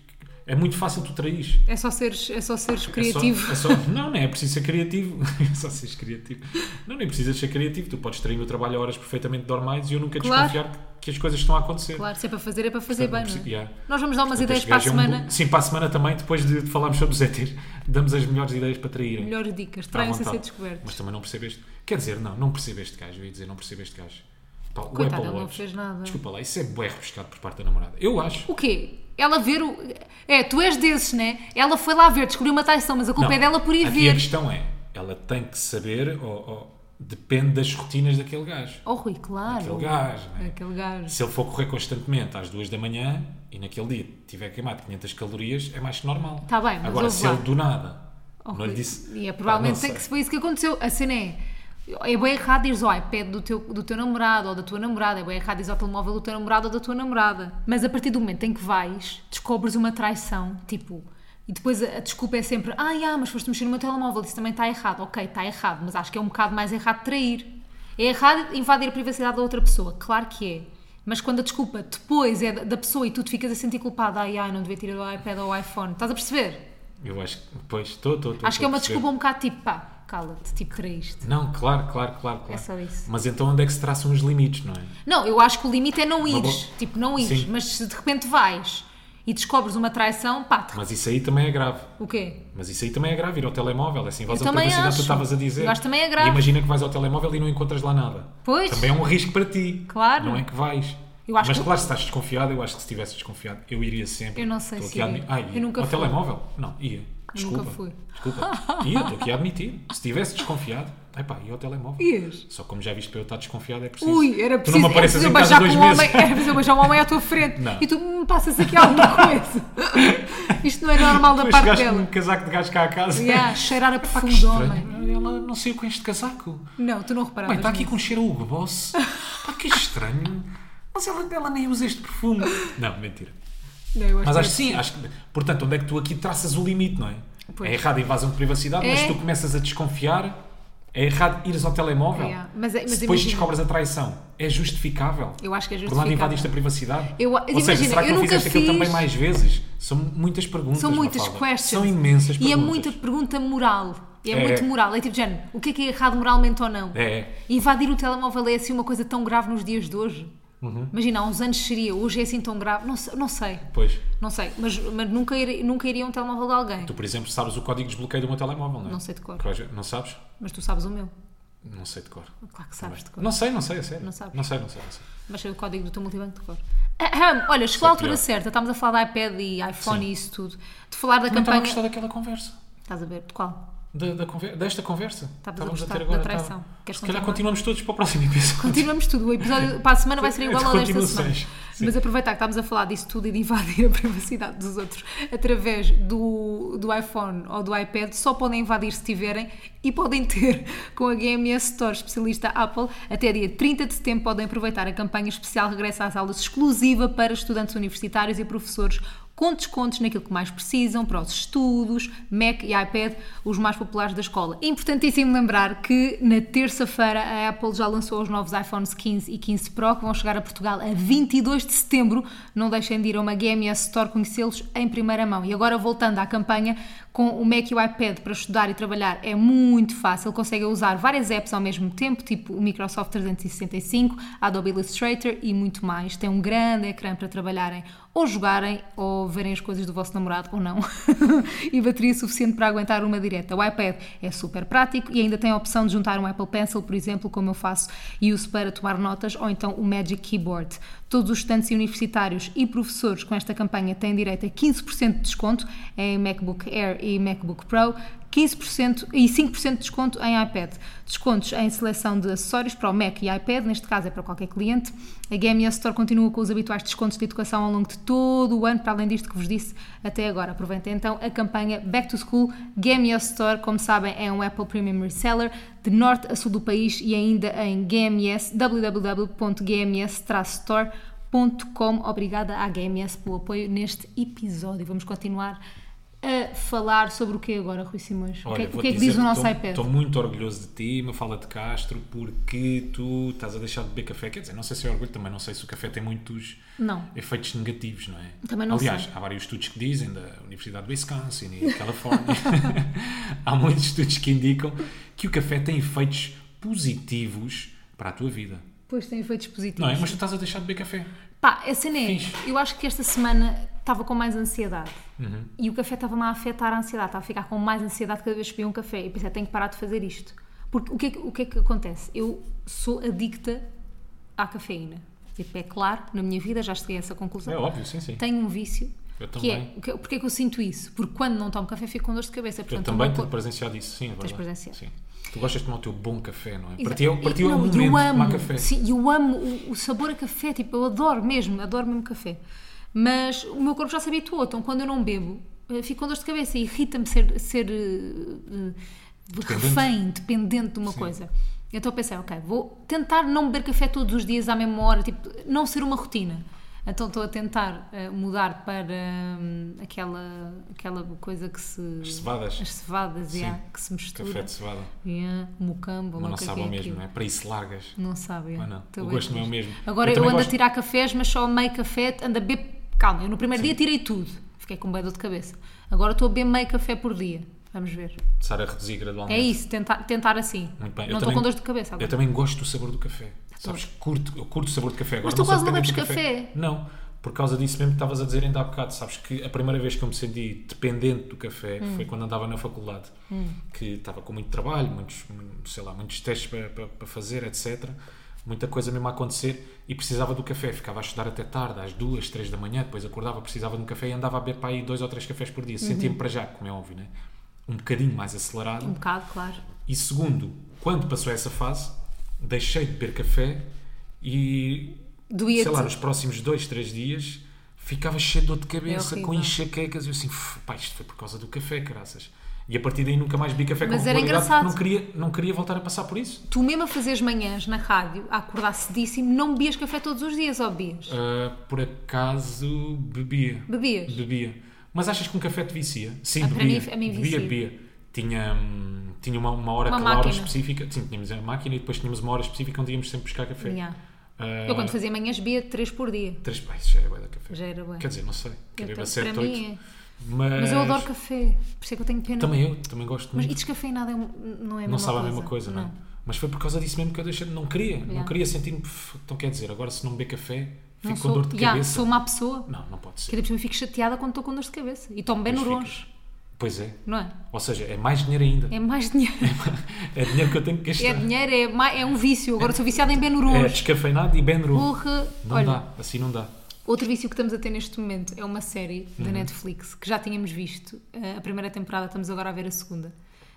B: é muito fácil tu traíres.
A: É só seres, é só seres
B: É só-
A: criativo.
B: é só- não, não é preciso ser criativo. É só seres criativo. Não, nem precisas ser criativo. Tu podes trair no trabalho a horas perfeitamente normais e eu nunca
A: Claro.
B: desconfiar que, que as coisas estão a acontecer.
A: Claro, se é para fazer, é para fazer
B: Portanto, não
A: bem, não é?
B: preciso- yeah.
A: Nós vamos dar umas ideias
B: Este
A: para a
B: gajo é um
A: semana.
B: bom- Sim, para a semana também, depois de, de falarmos sobre os ETs, damos as melhores ideias para traírem. Tá
A: Melhores dicas.
B: À
A: Traem-se a
B: vontade.
A: ser descobertos.
B: Mas também não percebeste. Quer dizer, não, não percebeste gajo. Eu ia dizer, não percebeste gajo. Pá, o
A: Coitado,
B: Apple
A: ele não
B: Watch.
A: fez nada.
B: Desculpa lá, isso é bué rebuscado por parte da namorada. Eu acho.
A: O quê? Ela ver o. É, tu és desses, né? Ela foi lá ver, descobriu uma traição, mas a culpa
B: Não,
A: é dela por ir
B: aqui A
A: ver.
B: questão é, ela tem que saber, ou, ou- depende das rotinas daquele gajo.
A: Oh, Rui, claro.
B: Aquele gajo, né?
A: Aquele gajo.
B: Se ele for correr constantemente às duas da manhã e naquele dia tiver queimado 500 calorias, é mais que normal.
A: Tá bem, mas
B: Agora,
A: ouve
B: se ele
A: lá.
B: do nada
A: Oh,
B: não lhe
A: Rui,
B: disse.
A: E é
B: pá,
A: provavelmente
B: não
A: tem
B: sei.
A: que se foi isso que aconteceu. A cena é. É bem errado ires ao iPad do teu, do teu namorado ou da tua namorada, é bem errado ires ao telemóvel do teu namorado ou da tua namorada. Mas a partir do momento em que vais, descobres uma traição, tipo. E depois a, a desculpa é sempre: ah, já, mas foste mexer no meu telemóvel, isso também está errado. Ok, está errado, mas acho que é um bocado mais errado trair. É errado invadir a privacidade da outra pessoa, claro que é. Mas quando a desculpa depois é da, da pessoa e tu te ficas a sentir culpado, ai, ai, não devia ter ido ao iPad ou ao iPhone, estás a perceber?
B: Eu acho que. Pois, estou, estou, estou.
A: Acho que é
B: estou a
A: uma
B: perceber.
A: desculpa um bocado tipo, pá, cala-te, tipo, traíste.
B: Não, claro, claro, claro, claro.
A: É só isso.
B: Mas então onde é que se traçam os limites, não é?
A: Não, eu acho que o limite é não
B: Uma
A: ires,
B: boa-
A: tipo, não ires,
B: Sim.
A: mas se de repente vais e descobres uma traição, pá, te...
B: Mas isso aí também é grave.
A: o quê?
B: Mas isso aí também é grave, ir ao telemóvel, assim, vais
A: Eu
B: à
A: também
B: privacidade,
A: acho.
B: tu estavas a dizer.
A: Eu acho que também é grave.
B: E imagina que vais ao telemóvel e não encontras lá nada.
A: Pois.
B: Também é um risco para ti.
A: Claro.
B: Não é que vais.
A: Eu acho
B: Mas
A: que-
B: claro, se estás desconfiado, eu acho que se estivesse desconfiado, eu iria sempre.
A: Eu não sei
B: Estou
A: se
B: aqui a
A: iria.
B: admi- Ah, ia.
A: Eu nunca
B: Ao
A: fui.
B: telemóvel? Não, ia. Desculpa.
A: fui.
B: Desculpa. Ia, estou aqui a admitir. Se estivesse desconfiado, epá, ia ao telemóvel.
A: Ias.
B: Só como já viste para eu estar desconfiado, é preciso.
A: Ui, era
B: Tu
A: preciso,
B: não
A: era
B: me apareces
A: preciso eu
B: em
A: beijar
B: casa dois
A: com um
B: meses.
A: homem, era preciso eu beijar um homem à tua frente
B: Não.
A: e tu me passas aqui alguma coisa. Isto não é normal da
B: Depois
A: parte
B: chegaste com um
A: dela.
B: casaco de gajo cá à casa.
A: Yeah, cheirar a
B: Pá, que
A: perfume de homem.
B: estranho. Ela não saiu com este casaco.
A: Não, tu não
B: Bem,
A: reparavas.
B: está aqui
A: nisso.
B: com cheiro a Hugo Boss. Pá, que estranho. Mas ela, ela nem usa este perfume. Não, mentira.
A: Não, eu acho
B: Mas
A: que é
B: acho que sim. Acho que, portanto, onde é que tu aqui traças o limite, não é?
A: assim. Pois.
B: É errado a invasão de privacidade, mas
A: É.
B: se tu começas a desconfiar, é errado ires ao telemóvel.
A: Yeah, mas é- mas
B: se depois
A: imagina-
B: descobres a traição, é justificável?
A: Eu acho que é
B: Por lá
A: justificável.
B: invadiste a privacidade?
A: Eu-
B: Ou seja,
A: imagina,
B: será que
A: eu
B: não
A: nunca
B: fizeste aquilo
A: fiz-
B: também mais vezes? São muitas perguntas,
A: São muitas
B: Mafalda.
A: questions.
B: São imensas Tipo perguntas.
A: E é muita pergunta moral. E é,
B: É.
A: muito moral. É tipo, género, o que é que é errado moralmente ou não?
B: É.
A: Invadir o telemóvel é assim uma coisa tão grave nos dias de hoje?
B: Uhum.
A: Imagina, há uns anos seria, hoje é assim tão grave? Não, se- não sei,
B: Pois.
A: não sei. Mas, mas nunca, ir, nunca iria a um telemóvel de alguém.
B: Tu, por exemplo, sabes o código de desbloqueio do meu telemóvel, não é?
A: Não sei de cor.
B: Não sabes?
A: Mas tu sabes o meu.
B: Não sei de cor.
A: Claro que sabes de cor.
B: Não sei, não sei, é sério.
A: Não sabes?
B: Não sei, não sei. Não sei.
A: Mas sei o código do teu multibanco de cor. Ahem. Olha, chegou a
B: é
A: altura
B: pior.
A: certa. Estávamos a falar de iPad e iPhone
B: Sim.
A: e isso tudo. De falar da
B: Não estava a
A: campanha...
B: gostar daquela conversa.
A: Estás a ver? De qual?
B: Da, da conver- desta conversa.
A: a gostar da traição.
B: estava.
A: Queres
B: Se calhar
A: continuar?
B: continuamos todos para o próximo episódio.
A: Continuamos tudo. O episódio para a semana vai ser igual ao desta
B: Continua
A: semana.
B: seis. Sim.
A: Mas aproveitar que estamos a falar disso tudo e de invadir a privacidade dos outros através do, do iPhone ou do iPad, só podem invadir se tiverem e podem ter com a GMS Store, especialista Apple, até dia 30 de setembro podem aproveitar a campanha especial Regressa às Aulas exclusiva para estudantes universitários e professores com descontos naquilo que mais precisam, para os estudos, Mac e iPad, os mais populares da escola. É Importantíssimo lembrar que na terça-feira a Apple já lançou os novos iPhones 15 e 15 Pro que vão chegar a Portugal a 22 de setembro. Não deixem de ir a uma GMS Store conhecê-los em primeira mão. E agora voltando à campanha, com o Mac e o iPad para estudar e trabalhar é muito fácil, conseguem usar várias apps ao mesmo tempo, tipo o Microsoft 365, Adobe Illustrator e muito mais. Tem um grande ecrã para trabalharem ou jogarem ou verem as coisas do vosso namorado ou não. e bateria suficiente para aguentar uma direta. O iPad é super prático e ainda tem a opção de juntar um Apple Pencil, por exemplo, como eu faço e uso para tomar notas, ou então o Magic Keyboard. Todos os estudantes universitários e professores com esta campanha têm direito a 15% de desconto em MacBook Air e MacBook Pro, 15% e 5% de desconto em iPad. Descontos em seleção de acessórios para o Mac e iPad, neste caso é para qualquer cliente. A GMS Store continua com os habituais descontos de educação ao longo de todo o ano, para além disto que vos disse até agora. Aproveitem então a campanha Back to School GMS Store, como sabem, é um Apple Premium Reseller de norte a sul do país e ainda em GMS, www.gms-store.com. Obrigada à GMS pelo apoio neste episódio. Vamos continuar a falar sobre o que agora, Rui Simões? o que, é- o
B: vou
A: que é que
B: dizer
A: diz o nosso
B: estou-
A: iPad?
B: Estou muito orgulhoso de ti, Mafalda de Castro, porque tu estás a deixar de beber café. Quer dizer, não sei se é orgulho também, não sei se o café tem muitos
A: Não.
B: efeitos negativos, não é?
A: Também não
B: Aliás,
A: sei.
B: há vários estudos que dizem, da Universidade de Wisconsin e Califórnia, há muitos estudos que indicam que o café tem efeitos positivos para a tua vida.
A: Pois tem efeitos positivos.
B: Não é? Mas tu estás a deixar de beber café.
A: Pá, a cena é,
B: Fixe. Uhum.
A: eu acho que esta semana estava com mais ansiedade. E o café estava-me a afetar a ansiedade, estava a ficar com mais ansiedade cada vez que bebia um café. E pensei, tenho que parar de fazer isto. Porque o que é que, o que, é que acontece? Eu sou adicta à cafeína. Tipo, é claro, na minha vida já cheguei a essa conclusão.
B: É óbvio, sim, sim.
A: Tenho um vício.
B: Eu
A: que é,
B: também.
A: o que- porque é que eu sinto isso? Porque quando não tomo café fico com dor de cabeça.
B: Eu
A: Portanto, o
B: também
A: meu
B: tenho
A: corpo-
B: presenciado isso, sim, é verdade.
A: presenciado.
B: Sim. Tu gostas de tomar o teu bom café, não é?
A: Exato.
B: Para ti é o- para ti é
A: Não,
B: o momento de
A: eu amo,
B: tomar café.
A: Sim, eu amo o, o sabor a café, tipo, eu adoro mesmo, adoro mesmo café. Mas o meu corpo já se habituou, então quando eu não bebo, eh, fico com dor de cabeça e irrita-me ser, ser eh, eh, refém, dependente de uma coisa. Então eu pensei, ok, vou tentar não beber café todos os dias à mesma hora, tipo, não ser uma rotina. Então estou a tentar eh, mudar para hum, aquela, aquela coisa que se.
B: As cevadas.
A: As cevadas,
B: Sim.
A: yeah, que se mistura.
B: Café de cevada.
A: Yeah, mucambo,
B: Mas
A: lá
B: não
A: o que é que
B: sabe ao
A: é
B: mesmo,
A: aquilo.
B: não é? Para isso largas.
A: Não sabe.
B: Ou
A: é.
B: não?
A: Estou
B: O
A: bem
B: gosto não é o
A: triste.
B: mesmo.
A: Agora
B: Eu
A: eu,
B: também
A: ando
B: gosto.
A: a tirar cafés, mas só meio café, ando a beber. Calma, eu no primeiro dia tirei tudo. Fiquei com medo de cabeça. Agora estou a beber meio café por dia. Vamos ver.
B: Começar a reduzir
A: É
B: gradualmente.
A: isso, tentar, tentar assim.
B: Muito bem. Eu
A: Não estou
B: também-
A: com dores de cabeça agora.
B: Eu também gosto do sabor do café. Sabes, curto, eu curto o sabor de café. Agora
A: Mas tu
B: não sou
A: quase não
B: dependente
A: bebes
B: do
A: café?
B: Não, por causa disso mesmo que estavas a dizer ainda há bocado. Sabes que a primeira vez que eu me senti dependente do café
A: Hum.
B: foi quando andava na faculdade. Que estava com muito trabalho, muitos, sei lá, muitos testes para, para- para fazer, etc. Muita coisa mesmo a acontecer e precisava do café. Ficava a estudar até tarde, às duas, três da manhã. Depois acordava, precisava de um café e andava a beber para aí dois ou três cafés por dia.
A: Uhum.
B: Sentia-me para já, como é óbvio, né? Um bocadinho mais acelerado.
A: Um bocado, claro.
B: E segundo, quando passou essa fase, deixei de beber café e,
A: Doía-te.
B: sei lá, nos próximos dois, três dias, ficava cheio de dor de cabeça,
A: É horrível.
B: com enxaquecas, e eu assim, "Fu, pá, isto foi por causa do café, graças. E a partir daí nunca mais bebi café
A: Mas
B: com
A: era
B: regularidade,
A: engraçado.
B: porque Não queria, não queria voltar a passar por isso.
A: Tu mesmo a fazeres manhãs na rádio, a acordar cedíssimo, não bebias café todos os dias, ou bebias?
B: Ah, por acaso, bebia.
A: Bebias?
B: Bebia. Mas achas que um café te vicia? Sim,
A: Ah, para
B: bebia.
A: mim- a mim
B: bebia,
A: vicia.
B: bebia. Tinha, hum, tinha uma, uma hora,
A: Uma
B: aquela hora
A: máquina.
B: específica. Sim, tínhamos a máquina e depois tínhamos uma hora específica onde íamos sempre buscar café.
A: Yeah.
B: Ah,
A: Eu quando fazia manhãs bebia três por dia.
B: Três pais, já era bué da café.
A: Já era bué.
B: Quer dizer, não sei.
A: Eu
B: Quer beber
A: tam-
B: sete,
A: para mim
B: oito.
A: é.
B: Mas,
A: Mas eu adoro café, por isso é que eu tenho pena.
B: Também eu, também gosto
A: Mas e
B: muito.
A: descafeinado é um- não é a mesma
B: Uhum. Não sabe
A: coisa.
B: a mesma coisa, não é? Mas foi por causa disso mesmo que eu deixei, não queria. Não
A: Yeah.
B: queria sentir-me. "Pff, Então quer dizer, agora se não beber café,
A: Não
B: fico com
A: sou,
B: dor de
A: Ya,
B: cabeça.
A: sou má pessoa.
B: Não, não pode
A: Que
B: ser.
A: ainda por cima fico chateada quando estou com dor de cabeça. E tomo bem
B: Pois
A: neurons,
B: ficas. Pois é.
A: não é?
B: Ou seja, é mais dinheiro ainda.
A: É mais dinheiro.
B: É dinheiro que eu tenho que gastar.
A: É dinheiro, é, ma- é um vício. Agora sou viciada em bem
B: É
A: neurons.
B: descafeinado e Ben Roo.
A: Porra.
B: É. Não
A: Olha,
B: dá, assim não dá.
A: outro vício que estamos a ter neste momento é uma série
B: Uhum.
A: da Netflix que já tínhamos visto. eh, A primeira temporada, estamos agora a ver a segunda.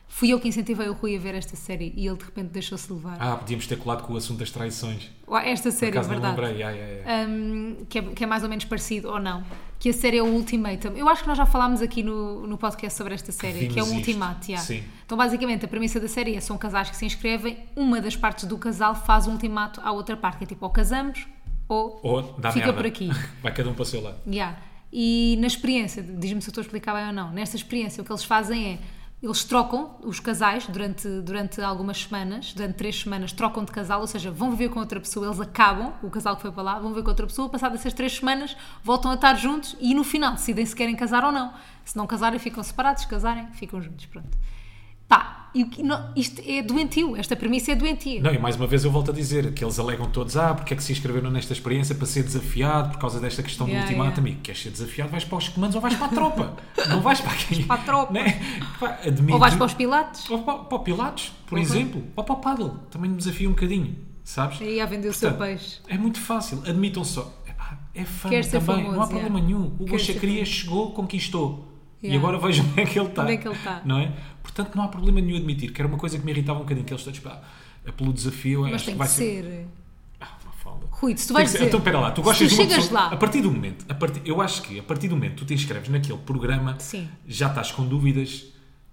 A: Fui eu que incentivei o Rui a ver esta série e ele de repente deixou-se levar.
B: Ah, podíamos ter colado com o assunto das traições.
A: Ué, Esta
B: Por
A: série, é
B: acaso não
A: verdade.
B: lembrei. Ai, ai, ai.
A: um, que, é, que é mais ou menos parecido ou não, que a série é o Ultimatum. Eu acho que nós já falámos aqui no, no podcast sobre esta série, que é o
B: Vimos isto.
A: Ultimato. yeah.
B: Sim.
A: Então, basicamente, a premissa da série é: são casais que se inscrevem, uma das partes do casal faz um ultimato à outra parte, que é tipo, ou casamos ou,
B: Ou dá
A: fica
B: merda.
A: por aqui.
B: Vai cada um para o seu lado.
A: Yeah. E na experiência, diz-me se eu estou a explicar bem ou não, nesta experiência o que eles fazem é, eles trocam os casais durante, durante algumas semanas, durante três semanas, trocam de casal, ou seja, vão viver com outra pessoa, eles acabam, o casal que foi para lá, vão viver com outra pessoa, passadas essas três semanas voltam a estar juntos e no final decidem se querem casar ou não. Se não casarem, ficam separados, se casarem, ficam juntos, pronto. Pá, e o que- não- isto é doentio, esta premissa é doentia.
B: Não, e mais uma vez eu volto a dizer que eles alegam todos, ah, porque é que se inscreveram nesta experiência para ser desafiado por causa desta questão
A: Yeah,
B: do ultimato,
A: yeah.
B: amigo. Queres ser desafiado? Vais para os comandos ou vais para a tropa? não vais para quem?
A: para a tropa.
B: Né? Pá, admito.
A: Ou vais para os Uhum. pilates?
B: Ou para, para o Pilates, por exemplo. Ou para o Paddle. Também me desafia um bocadinho, sabes?
A: Aí a vender o seu peixe.
B: É muito fácil. Admitam só. Epá, é fã também.
A: Quer ser famoso,
B: não há problema
A: yeah.
B: nenhum. O
A: Quer ser
B: Gochacaria chegou, conquistou. E
A: Yeah.
B: agora vejo onde é que ele está.
A: Onde é que ele está.
B: Não é? Portanto, não há problema nenhum admitir. Que era uma coisa que me irritava um bocadinho. Que eles todos, pá, é pelo desafio.
A: Mas
B: acho
A: tem
B: que
A: que
B: vai
A: ser. eh,
B: Ah, uma falda.
A: Rui, se tu
B: Tem
A: vais
B: que ser-
A: dizer-
B: Então, espera lá. Tu
A: se
B: gostas
A: tu
B: de uma
A: chegas
B: pessoa-
A: lá-
B: A partir do momento... A partir, eu acho que a partir do momento que tu te inscreves naquele programa...
A: Sim.
B: Já estás com dúvidas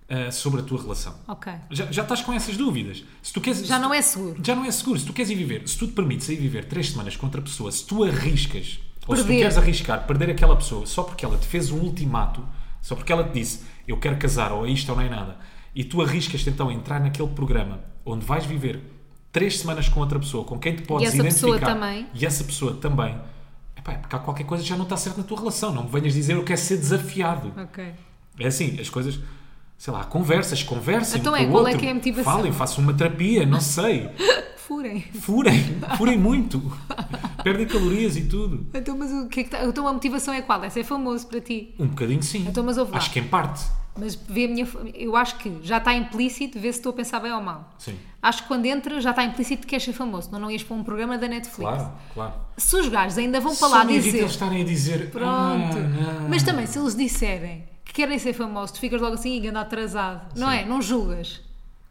B: ah, sobre a tua relação.
A: Ok.
B: Já, já estás com essas dúvidas. Se tu queres,
A: Já
B: se tu-
A: não é seguro.
B: já não é seguro. Se tu queres ir viver, se tu te permites ir viver três semanas com outra pessoa, se tu arriscas, ou se tu
A: Perder.
B: queres arriscar, perder aquela pessoa só porque ela te fez um ultimato, só porque ela te disse eu quero casar, ou é isto ou não é nada, e tu arriscas então a entrar naquele programa onde vais viver três semanas com outra pessoa, com quem te podes
A: essa
B: identificar
A: pessoa também.
B: e essa pessoa também, epá, é porque há qualquer coisa que já não está certo na tua relação. Não me venhas dizer eu quero ser desafiado.
A: Ok.
B: É assim, as coisas, sei lá, conversas, conversem.
A: Então
B: um
A: é,
B: com o
A: qual é
B: outro,
A: que é a motivação?
B: Falem, façam uma terapia, não sei.
A: Furem.
B: Furem, furem muito. Perdem calorias e tudo.
A: Então, mas o que é que tá- então a motivação é qual? Essa é famoso para ti.
B: Um bocadinho sim.
A: Então, mas ouve lá.
B: Acho que em parte.
A: Mas vê a minha. Eu acho que já está implícito ver se estou a pensar bem ou mal.
B: Sim.
A: Acho que quando entra já está implícito que és ser famoso, senão não ias para um programa da Netflix.
B: Claro, claro.
A: Se os gajos ainda vão para
B: Só
A: lá
B: me irrita
A: dizer.
B: eles estarem a dizer.
A: Pronto.
B: "Ah, não."
A: Mas também, se eles disserem que querem ser famosos, tu ficas logo assim e anda atrasado. Não
B: Sim.
A: é? Não julgas.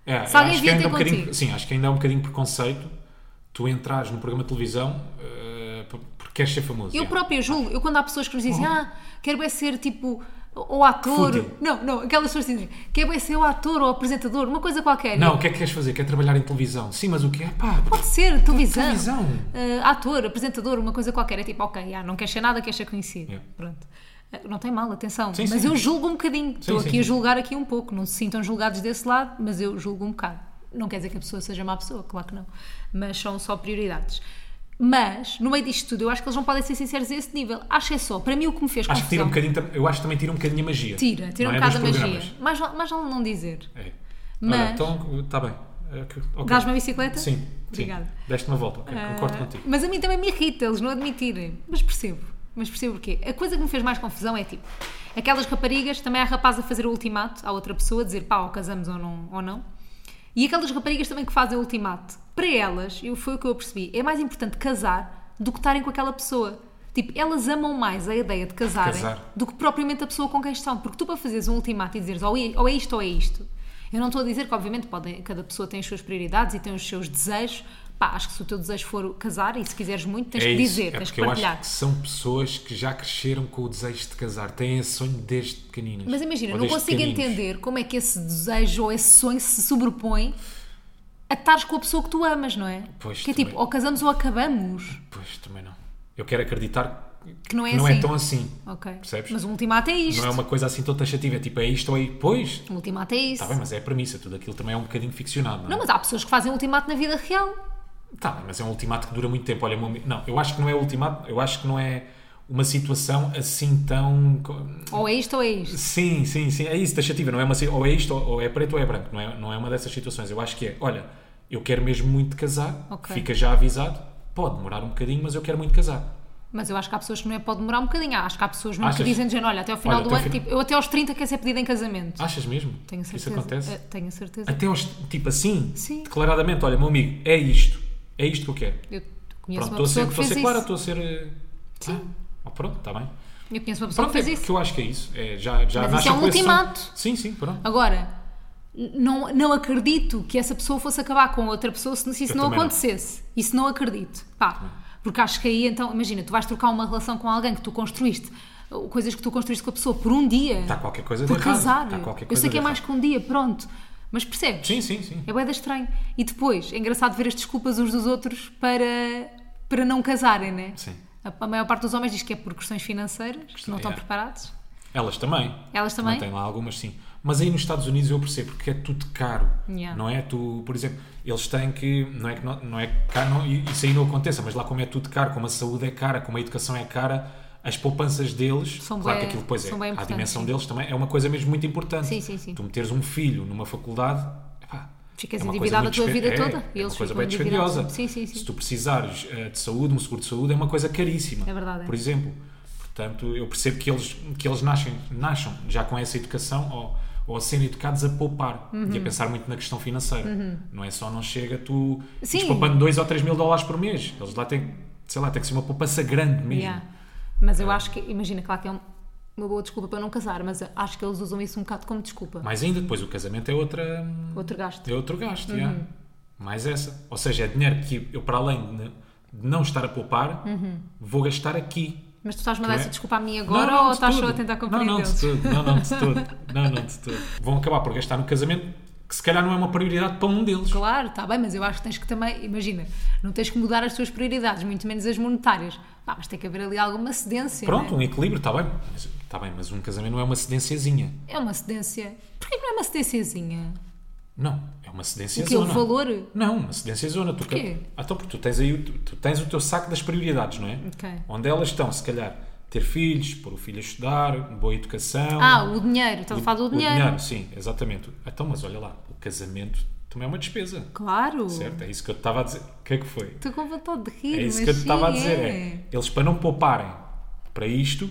B: É,
A: Se alguém
B: acho que
A: vier
B: ainda
A: ter
B: um bocadinho-
A: contigo.
B: Sim, acho que ainda há um bocadinho preconceito tu entras num programa de televisão eh, porque queres ser famoso.
A: Eu
B: é.
A: própria julgo. Eu quando há pessoas que nos dizem, ah, quero é ser tipo ou ator.
B: Uhum. Fútil.
A: Não, não, aquelas pessoas que dizem, quero é ser ou ator ou apresentador, uma coisa qualquer.
B: Não, o que é que queres fazer? Quer trabalhar em televisão? Sim, mas o que é? Pá,
A: Pode ser televisão,
B: Televisão.
A: eh, ator, apresentador, uma coisa qualquer. É tipo, ok, ah, não quer ser nada, quer ser conhecido.
B: Yeah.
A: Pronto. Eh, Não tem mal, atenção.
B: Sim,
A: mas
B: sim.
A: eu julgo um bocadinho. Estou
B: sim,
A: aqui a
B: sim.
A: julgar aqui um pouco. Não se sintam julgados desse lado, mas eu julgo um bocado. Não quer dizer que a pessoa seja má pessoa, claro que não. Mas são só prioridades. Mas, no meio disto tudo, eu acho que eles não podem ser sinceros a esse nível. Acho é só. Para mim, o que me fez
B: acho que tira um
A: confusão-
B: bocadinho. tam- Eu acho que também tira um bocadinho a magia.
A: Tira, tira
B: não
A: um
B: é?
A: bocado a
B: Dos
A: magia.
B: programas.
A: Mais vale mais vale não dizer.
B: É.
A: Mas-
B: Olha, então, está bem. Eh, que- ok.
A: Dás-me a bicicleta?
B: Sim. sim.
A: Obrigada.
B: Deste uma volta, ok. Concordo
A: Ah,
B: contigo.
A: Mas a mim também me irrita eles não admitirem. Mas percebo. Mas percebo porquê. A coisa que me fez mais confusão é tipo: aquelas raparigas, também há rapaz a fazer o ultimato à outra pessoa, a dizer pá, ou casamos ou não. Ou não. E aquelas raparigas também que fazem o ultimato, para elas, eu, foi o que eu percebi, é mais importante casar do que estarem com aquela pessoa. Tipo, elas amam mais a ideia de casarem
B: Casar.
A: do que propriamente a pessoa com quem estão. Porque tu, para fazeres um ultimato e dizeres ou é ou é isto ou é isto, eu não estou a dizer que, obviamente, podem, cada pessoa tem as suas prioridades e tem os seus desejos. Pá, acho que se o teu desejo for casar e se quiseres muito, tens
B: é
A: que
B: isso.
A: dizer,
B: é
A: tens que
B: porque eu
A: partilhar.
B: acho que são pessoas que já cresceram com o desejo de casar. Têm esse sonho desde pequeninas.
A: Mas imagina,
B: Ou
A: não
B: desde
A: consigo
B: pequeninos.
A: entender como é que esse desejo ou esse sonho se sobrepõe a estares com a pessoa que tu amas, não é?
B: Pois,
A: que é
B: também.
A: tipo, ou casamos ou acabamos.
B: Pois, também não. Eu quero acreditar
A: Que não é
B: não
A: assim.
B: é tão assim.
A: Ok.
B: Percebes?
A: Mas o ultimato é isto.
B: Não é uma coisa assim tão taxativa. É tipo, é isto ou é... Pois,
A: O ultimato é isso.
B: está bem, mas é a premissa. Tudo aquilo também é um bocadinho ficcionado, não é?
A: Não, mas há pessoas que fazem um ultimato na vida real.
B: Tá, bem, mas é um ultimato que dura muito tempo. Olha, meu ami- não, eu acho que não é ultimato, eu acho que não é uma situação assim tão. co-
A: Ou é isto ou é isto.
B: Sim, sim, sim, é isso, taxativa, não é uma. si- Ou é isto, ou ou é preto ou é branco, não é, não é uma dessas situações. Eu acho que é, olha, eu quero mesmo muito casar,
A: Ok.
B: fica já avisado, pode demorar um bocadinho, mas eu quero muito casar.
A: Mas eu acho que há pessoas que não é pode demorar um bocadinho. Acho que há pessoas mesmo que
B: Achas?
A: dizem, dizendo, olha, até ao final
B: Olha,
A: do
B: até ao
A: ano,
B: fina-
A: tipo, eu até aos 30 quero ser pedida em casamento.
B: Achas mesmo?
A: Tenho a
B: que
A: certeza.
B: Isso acontece?
A: Eh, Tenho a certeza.
B: Até aos. Tipo assim?
A: Sim.
B: Declaradamente, olha, meu amigo, é isto, é isto que eu quero.
A: Eu conheço
B: Pronto,
A: uma
B: estou a
A: pessoa
B: ser,
A: que
B: estou a
A: fez
B: ser
A: isso.
B: clara, estou a ser. eh,
A: Sim.
B: ah, pronto, está bem.
A: Eu conheço uma pessoa
B: Pronto,
A: que
B: é
A: fez isso.
B: que eu acho que é isso. É, já, já
A: Mas
B: nasce
A: isso é um
B: com esse som.
A: ultimato.
B: Sim, sim, pronto.
A: Agora, n- não, não acredito que essa pessoa fosse acabar com outra pessoa se, se isso
B: Eu
A: não
B: também não.
A: acontecesse. Isso não acredito. Pá, porque acho que aí então, imagina, tu vais trocar uma relação com alguém que tu construíste, ou coisas que tu construíste com a pessoa por um dia,
B: Está Tá qualquer coisa de
A: por
B: errado.
A: casar.
B: Está qualquer
A: Eu
B: coisa
A: sei que
B: de
A: é mais
B: errado.
A: que um dia, pronto. Mas percebes?
B: Sim, sim, sim.
A: É boeda estranho. E depois, é engraçado ver as desculpas uns dos outros para, para não casarem, né?
B: Sim. é.
A: A, a maior parte dos homens diz que é por questões financeiras, que não estão
B: yeah.
A: preparados.
B: Elas também.
A: Elas também?
B: Tem lá algumas, sim. Mas aí nos Estados Unidos eu percebo, porque é tudo caro.
A: Yeah.
B: Não é? Tu, por exemplo, eles têm que. Não é que não, não é que cá não, isso aí não aconteça, mas lá como é tudo caro, como a saúde é cara, como a educação é cara, as poupanças deles.
A: São
B: claro
A: bué-
B: que aquilo depois é.
A: são bué
B: A
A: importantes,
B: dimensão
A: sim.
B: deles também é uma coisa mesmo muito importante.
A: Sim, sim, sim.
B: Tu meteres um filho numa faculdade. epá,
A: Ficas
B: uma coisa
A: endividado a
B: muito
A: tua
B: despe-
A: vida
B: é,
A: toda. E
B: É
A: eles
B: uma coisa
A: ficam
B: bem
A: endividados.
B: dispendiosa.
A: Sim, sim, sim.
B: Se tu precisares eh, de saúde, um seguro de saúde é uma coisa caríssima.
A: É verdade, é.
B: Por exemplo. Portanto, eu percebo que eles, que eles nascem, nascem já com essa educação ou, ou a serem educados a poupar
A: Uhum.
B: e a pensar muito na questão financeira. Não é só não chega tu
A: Sim.
B: ires poupando 2 ou 3 mil dólares por mês. Eles lá têm, sei lá, tem que ser uma poupança grande mesmo.
A: Yeah. Mas eu acho que, imagina, claro que é um- uma boa desculpa para não casar, mas eu acho que eles usam isso um bocado como desculpa.
B: Mas ainda depois o casamento é outra.
A: Outro gasto. Uhum.
B: É outro gasto, já. mais essa. Ou seja, é dinheiro que eu, para além de n- de não estar a poupar,
A: Uhum.
B: vou gastar aqui.
A: Mas tu estás-me a dar
B: Não é?
A: essa desculpa a mim agora ou
B: de
A: estás só
B: tudo.
A: a tentar
B: Não, não, de
A: compreendê-los?
B: tudo. Não, não, de tudo. Não, não, de tudo. Vão acabar por gastar no casamento, que se calhar não é uma prioridade para um deles.
A: Claro, está bem, mas eu acho que tens que também, imagina, não tens que mudar as tuas prioridades, muito menos as monetárias. Pá, mas tem que haver ali alguma cedência. né?
B: Pronto,
A: não
B: um equilíbrio, está bem. Mas, está bem, mas um casamento não é uma cedênciazinha.
A: É É uma cedência. Porquê que não é uma cedênciazinha?
B: Não, é
A: O que é
B: uma
A: o
B: cedênciazona.
A: valor?
B: Não, uma cedênciazona. Tu
A: Porquê?
B: que- Então, porque tu tens aí, o- tu, tu tens o teu saco das prioridades, não é?
A: Ok.
B: Onde elas estão, se calhar, ter filhos, pôr o filho a estudar, boa educação.
A: Ah, o dinheiro. Estás a falar do
B: o
A: dinheiro.
B: Sim, exatamente. Então, mas olha lá, o casamento também é uma despesa,
A: Claro.
B: certo? É isso que eu te estava a dizer. O que é que foi?
A: Estou com vontade de rir,
B: É isso
A: mas
B: que eu te
A: sim,
B: estava a dizer.
A: é.
B: É. Eles, para não pouparem para isto,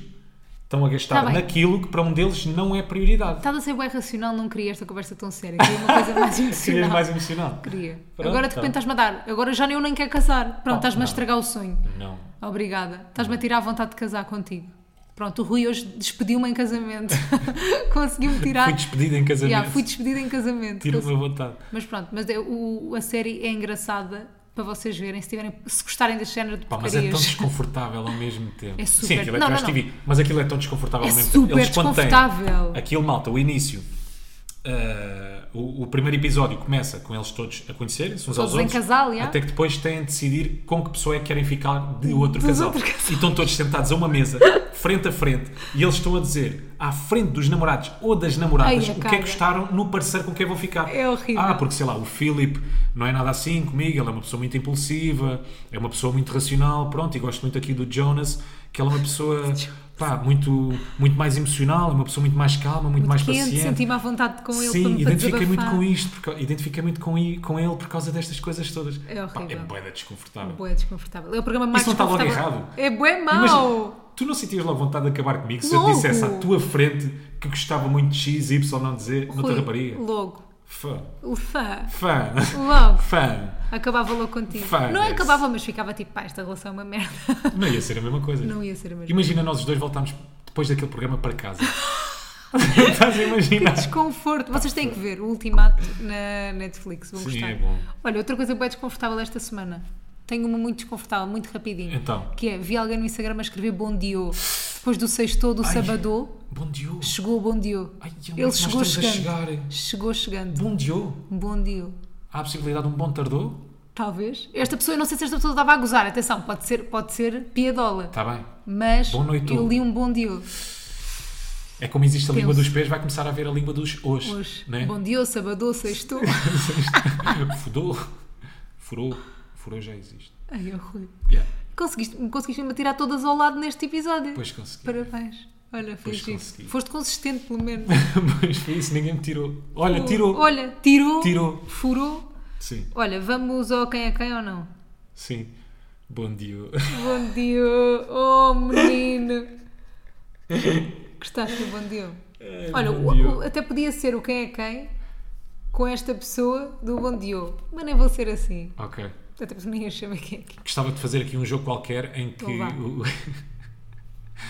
B: estão a gastar
A: Tá bem.
B: naquilo que para um deles não é prioridade.
A: Estava a ser bem racional, não queria esta conversa tão séria. Queria uma coisa mais
B: Seria
A: emocional.
B: É mais emocional.
A: Queria.
B: Pronto,
A: agora de
B: tá.
A: repente estás-me a dar. Agora já nem eu nem quero casar. Pronto,
B: Oh,
A: estás-me a
B: não.
A: estragar o sonho.
B: Não.
A: Obrigada. Estás-me a tirar a vontade de casar contigo. Pronto, o Rui hoje despediu-me em casamento. Conseguiu-me tirar.
B: Fui despedida em casamento.
A: Yeah, fui despedida em casamento.
B: Tiro-me
A: Consegui-
B: à vontade.
A: Mas pronto, mas eu- o- a série é engraçada para vocês verem, se, tiverem, se gostarem deste género de
B: Pá, mas é tão
A: porcarias.
B: desconfortável ao mesmo tempo.
A: É
B: Sim,
A: super-
B: aquilo é
A: Não,
B: trash
A: não, não.
B: TV. Mas aquilo é tão desconfortável
A: É
B: ao mesmo tempo.
A: super
B: Eles contêm
A: desconfortável.
B: Aquilo, malta, o início. ah, o, o primeiro episódio começa com eles todos a conhecerem-se uns aos
A: Todos em
B: outros.
A: casal, já.
B: Até que depois têm de decidir com que pessoa é que querem ficar de outro,
A: Dos
B: casal.
A: outro casal.
B: E estão todos sentados a uma mesa, frente a frente, e eles estão a dizer à frente dos namorados ou das namoradas
A: Ai,
B: o que é
A: cara.
B: que gostaram no parecer com quem vão ficar.
A: É horrível.
B: Ah, porque sei lá, o Philip não é nada assim comigo, ele é uma pessoa muito impulsiva, é uma pessoa muito racional, pronto, e gosto muito aqui do Jonas, que ele é uma pessoa pá, muito, muito mais emocional, é uma pessoa muito mais calma, muito, mais
A: Quente,
B: paciente.
A: senti-me à vontade com ele. para
B: Sim,
A: me
B: identifiquei muito
A: desabafar.
B: com isto, porque, identifiquei muito com, i- com ele por causa destas coisas todas.
A: É
B: Pá, é
A: horrível.
B: boeda desconfortável.
A: Bué desconfortável. É o programa mais
B: Isso não está logo
A: desconfortável.
B: errado?
A: É bué
B: Imagina,
A: mau.
B: tu não sentias logo vontade de acabar comigo se
A: Logo!
B: eu dissesse à tua frente que gostava muito de X, Y, não dizer, noutra
A: Rui,
B: rapariga?
A: Logo.
B: Fã.
A: O fã.
B: Fã.
A: Logo.
B: Fã.
A: Acabava logo contigo.
B: Fã,
A: não
B: é
A: acabava, mas ficava tipo, pá, esta relação é uma merda.
B: Não ia ser a mesma coisa.
A: Não ia ser a mesma.
B: Imagina nós os dois voltámos depois daquele programa para casa. Estás a imaginar?
A: Desconforto. Vocês têm que ver o Ultimato na Netflix. Vão
B: Sim,
A: gostar.
B: é bom.
A: Olha, outra coisa bem desconfortável esta semana. Tenho uma muito desconfortável, muito rapidinho.
B: Então.
A: Que é, vi alguém no Instagram a escrever bom dia. Depois do sexto, do
B: Ai.
A: sabadô,
B: Bom dia.
A: chegou o bom dia.
B: Ai, onde é que
A: Ele
B: nós
A: chegou
B: estamos a
A: chegando.
B: chegar?
A: Chegou chegando.
B: Bom dia.
A: Bom dia.
B: Há a possibilidade de um bom tardô?
A: Talvez. Esta pessoa, eu não sei se esta pessoa estava a gozar, atenção, pode ser, pode ser piadola.
B: Está Tá bem.
A: Mas
B: Boa noite,
A: eu
B: Hugo.
A: li um bom dia
B: É como existe a língua
A: Penso.
B: dos pés, vai começar a haver a língua dos os.
A: hoje.
B: Né?
A: Bom dia, sabadou, sexto.
B: Fudou. Furou. Furou já existe.
A: Ai, eu Rui.
B: Yeah.
A: Conseguiste, conseguiste me tirar todas ao lado neste episódio.
B: Pois consegui.
A: Parabéns. Olha, foi
B: Pois
A: giro.
B: consegui.
A: Foste consistente, pelo menos.
B: Pois foi isso, ninguém me tirou. Olha, tirou.
A: Olha, tirou.
B: Tirou.
A: Furou.
B: Sim,
A: Olha, vamos ao quem é quem ou não?
B: sim. Bom dia.
A: Bom dia. Oh, menino. Gostaste do bom dia? Olha,
B: É, bom
A: o-
B: dia.
A: o- até podia ser o quem é quem com esta pessoa do bom dia. Mas nem vou ser assim.
B: Ok.
A: Até porque nem eu chamei quem é quem.
B: Gostava de fazer aqui um jogo qualquer em que,
A: Então vá.
B: o,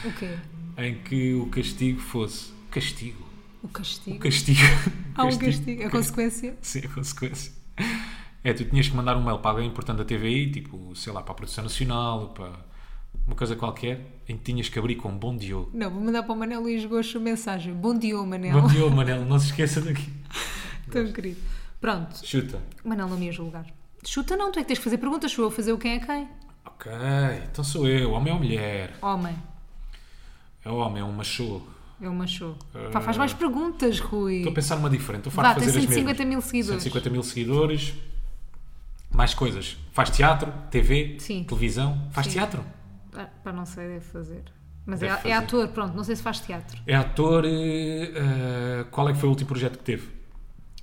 A: O quê?
B: em que o castigo fosse. Castigo? Um
A: O castigo.
B: Castigo.
A: Há um castigo. A consequência.
B: Sim, a consequência. É, tu tinhas que mandar um mail para alguém importante da TVI, tipo, sei lá, para a Produção Nacional, para uma coisa qualquer, em que tinhas que abrir com Bom Diogo.
A: Não, vou mandar para o Manel Luís Gosto mensagem. Bom dia, Manel.
B: Bom Diogo, Manel, não se esqueça daqui.
A: Tão querido. Pronto,
B: Chuta.
A: Manel não me ia julgar. Chuta não, tu é que tens que fazer perguntas, sou eu a fazer o quem é quem.
B: Ok, então sou eu, homem ou mulher?
A: Homem.
B: É homem, é um macho.
A: É uma show. Pá, faz mais perguntas, Rui.
B: Estou Ah. a pensar numa diferente, estou
A: Vá,
B: farto de
A: tem
B: fazer as mesmas.
A: 150 mil seguidores.
B: 150 mil seguidores, mais coisas. Faz teatro, TV,
A: Sim.
B: televisão. Faz
A: Sim.
B: teatro?
A: Pá, Ah, pá, não sei, deve fazer. Mas
B: Deve
A: é,
B: fazer.
A: é ator, pronto, não sei se faz teatro.
B: É ator. eh, eh, qual é que foi o último projeto que teve?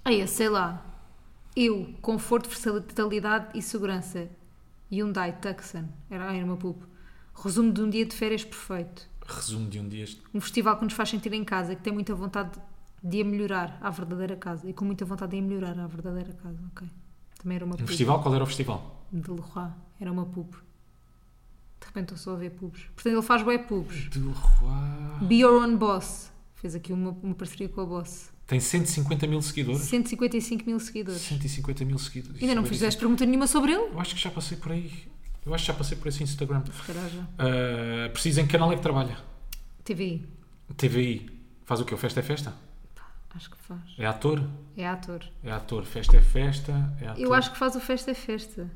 A: Aí, sei lá. Eu, conforto, versatilidade e segurança. Hyundai Tucson. Era, ai, era uma pulpo. Resumo de um dia de férias perfeito.
B: Resumo de um dia. este-
A: Um festival que nos faz sentir em casa, que tem muita vontade de a melhorar à verdadeira casa. E com muita vontade de a melhorar à verdadeira casa, ok. Também era uma
B: Um
A: pulpo.
B: festival? Qual era o festival?
A: De Leroy. Era uma pub. De repente estou só a ver pubs. Portanto, ele faz bué pubs.
B: De Rouen.
A: Be Your Own Boss. Fez aqui uma, uma parceria com a Boss.
B: Tem 150 mil seguidores.
A: 155 mil seguidores.
B: 150 mil seguidores. é
A: Ainda não me fizeste pergunta nenhuma sobre ele?
B: Eu acho que já passei por aí. Eu acho que já passei por esse Instagram.
A: Se calhar já.
B: Ah, preciso em que canal é que trabalha?
A: TVI.
B: TVI. Faz o quê? O Festa é Festa?
A: Acho que faz.
B: É ator?
A: É ator.
B: É ator. Festa é Festa. É ator.
A: Eu acho que faz o Festa é Festa.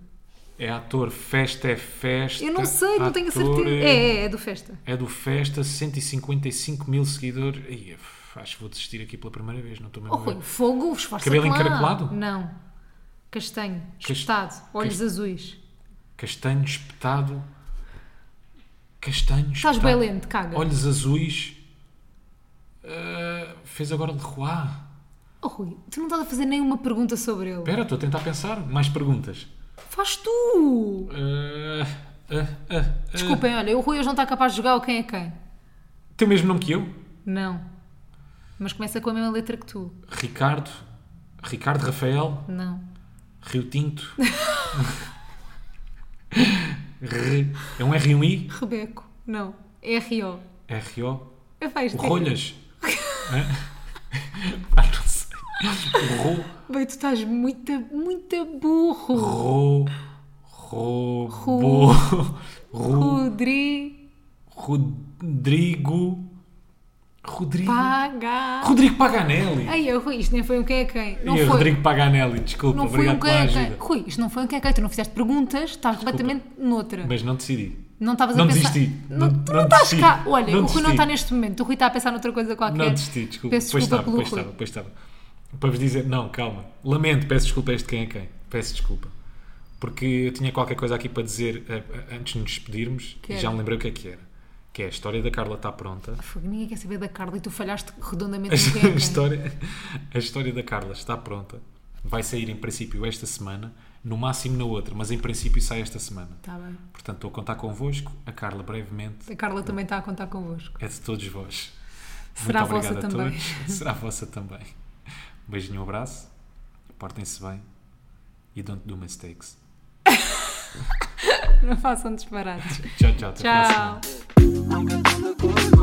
B: É ator. Festa é Festa.
A: Eu não sei, não tenho a
B: Ator
A: certeza.
B: é-
A: É, é, é do Festa.
B: É do Festa, 155 mil seguidores. Ai, eu acho que vou desistir aqui pela primeira vez, não estou
A: Oh,
B: mesmo a ver.
A: Rui, fogo, esforça
B: Cabelo
A: lá.
B: encaracolado?
A: Não. Castanho, espetado, olhos azuis.
B: Castanho espetado. Castanho
A: Estás
B: espetado.
A: bem lento, caga.
B: Olhos azuis. Ah, fez agora de Roar.
A: Oh, Rui, tu não estás a fazer nenhuma pergunta sobre ele.
B: Espera, estou a tentar pensar. Mais perguntas.
A: Faz tu!
B: Ah, ah, ah, ah.
A: Desculpem, olha, o Rui hoje não está capaz de jogar o quem é quem.
B: Tem o mesmo nome que eu?
A: Não. Mas começa com a mesma letra que tu.
B: Ricardo. Ricardo Rafael.
A: Não.
B: Rio Tinto. R- é um R1I?
A: Rebeco. Não. R.O.
B: R-O.
A: É faz
B: O
A: isto.
B: Rolhas? Hã? Pá, não sei. Ro,
A: é- Bem, tu estás muito, muito burro.
B: ro, ro, bo, ru,
A: Rodrigo.
B: Rodrigo, Rodrigo,
A: Paga.
B: Rodrigo Paganelli.
A: Ai, oh, Rui, isto nem foi um quem é quem. Não
B: e é
A: foi.
B: Rodrigo Paganelli, desculpa,
A: não foi
B: obrigado
A: um quem
B: pela
A: é
B: ajuda.
A: quem. Rui, isto não foi um quem é quem. Tu não fizeste perguntas, estás completamente noutra.
B: Mas não decidi.
A: Não estavas a
B: Não
A: pensar.
B: desisti.
A: Não,
B: Não-
A: tu
B: não
A: não estás
B: desisti.
A: cá. Olha, o
B: Não
A: Rui não
B: desisti.
A: está neste momento. O Rui está a pensar noutra coisa qualquer.
B: Não desisti, desculpa.
A: Peço desculpa
B: pois estava,
A: pelo
B: pois
A: Rui.
B: estava, pois estava. Para vos dizer, não, calma. Lamento, peço desculpa a este quem é quem. Peço desculpa. Porque eu tinha qualquer coisa aqui para dizer eh, eh, antes de nos despedirmos
A: Que
B: e
A: era?
B: já me lembrei o que é que era. Que é a história da Carla está pronta.
A: Fogo, ninguém quer saber da Carla e tu falhaste redondamente no
B: A
A: quem é quem.
B: história, a história da Carla está pronta. Vai sair em princípio esta semana, no máximo na outra, mas em princípio sai esta semana.
A: Tá bem.
B: Portanto, estou a contar convosco. A Carla brevemente
A: A Carla também está a contar convosco.
B: é de todos vós.
A: Será
B: Muito
A: vossa
B: obrigado a
A: também.
B: todos. Será vossa também. Um beijinho, um abraço. Portem-se bem. E don't do mistakes.
A: Não façam disparates.
B: Tchau, tchau. Até a
A: Tchau.
B: próxima.
C: I'm good on the good,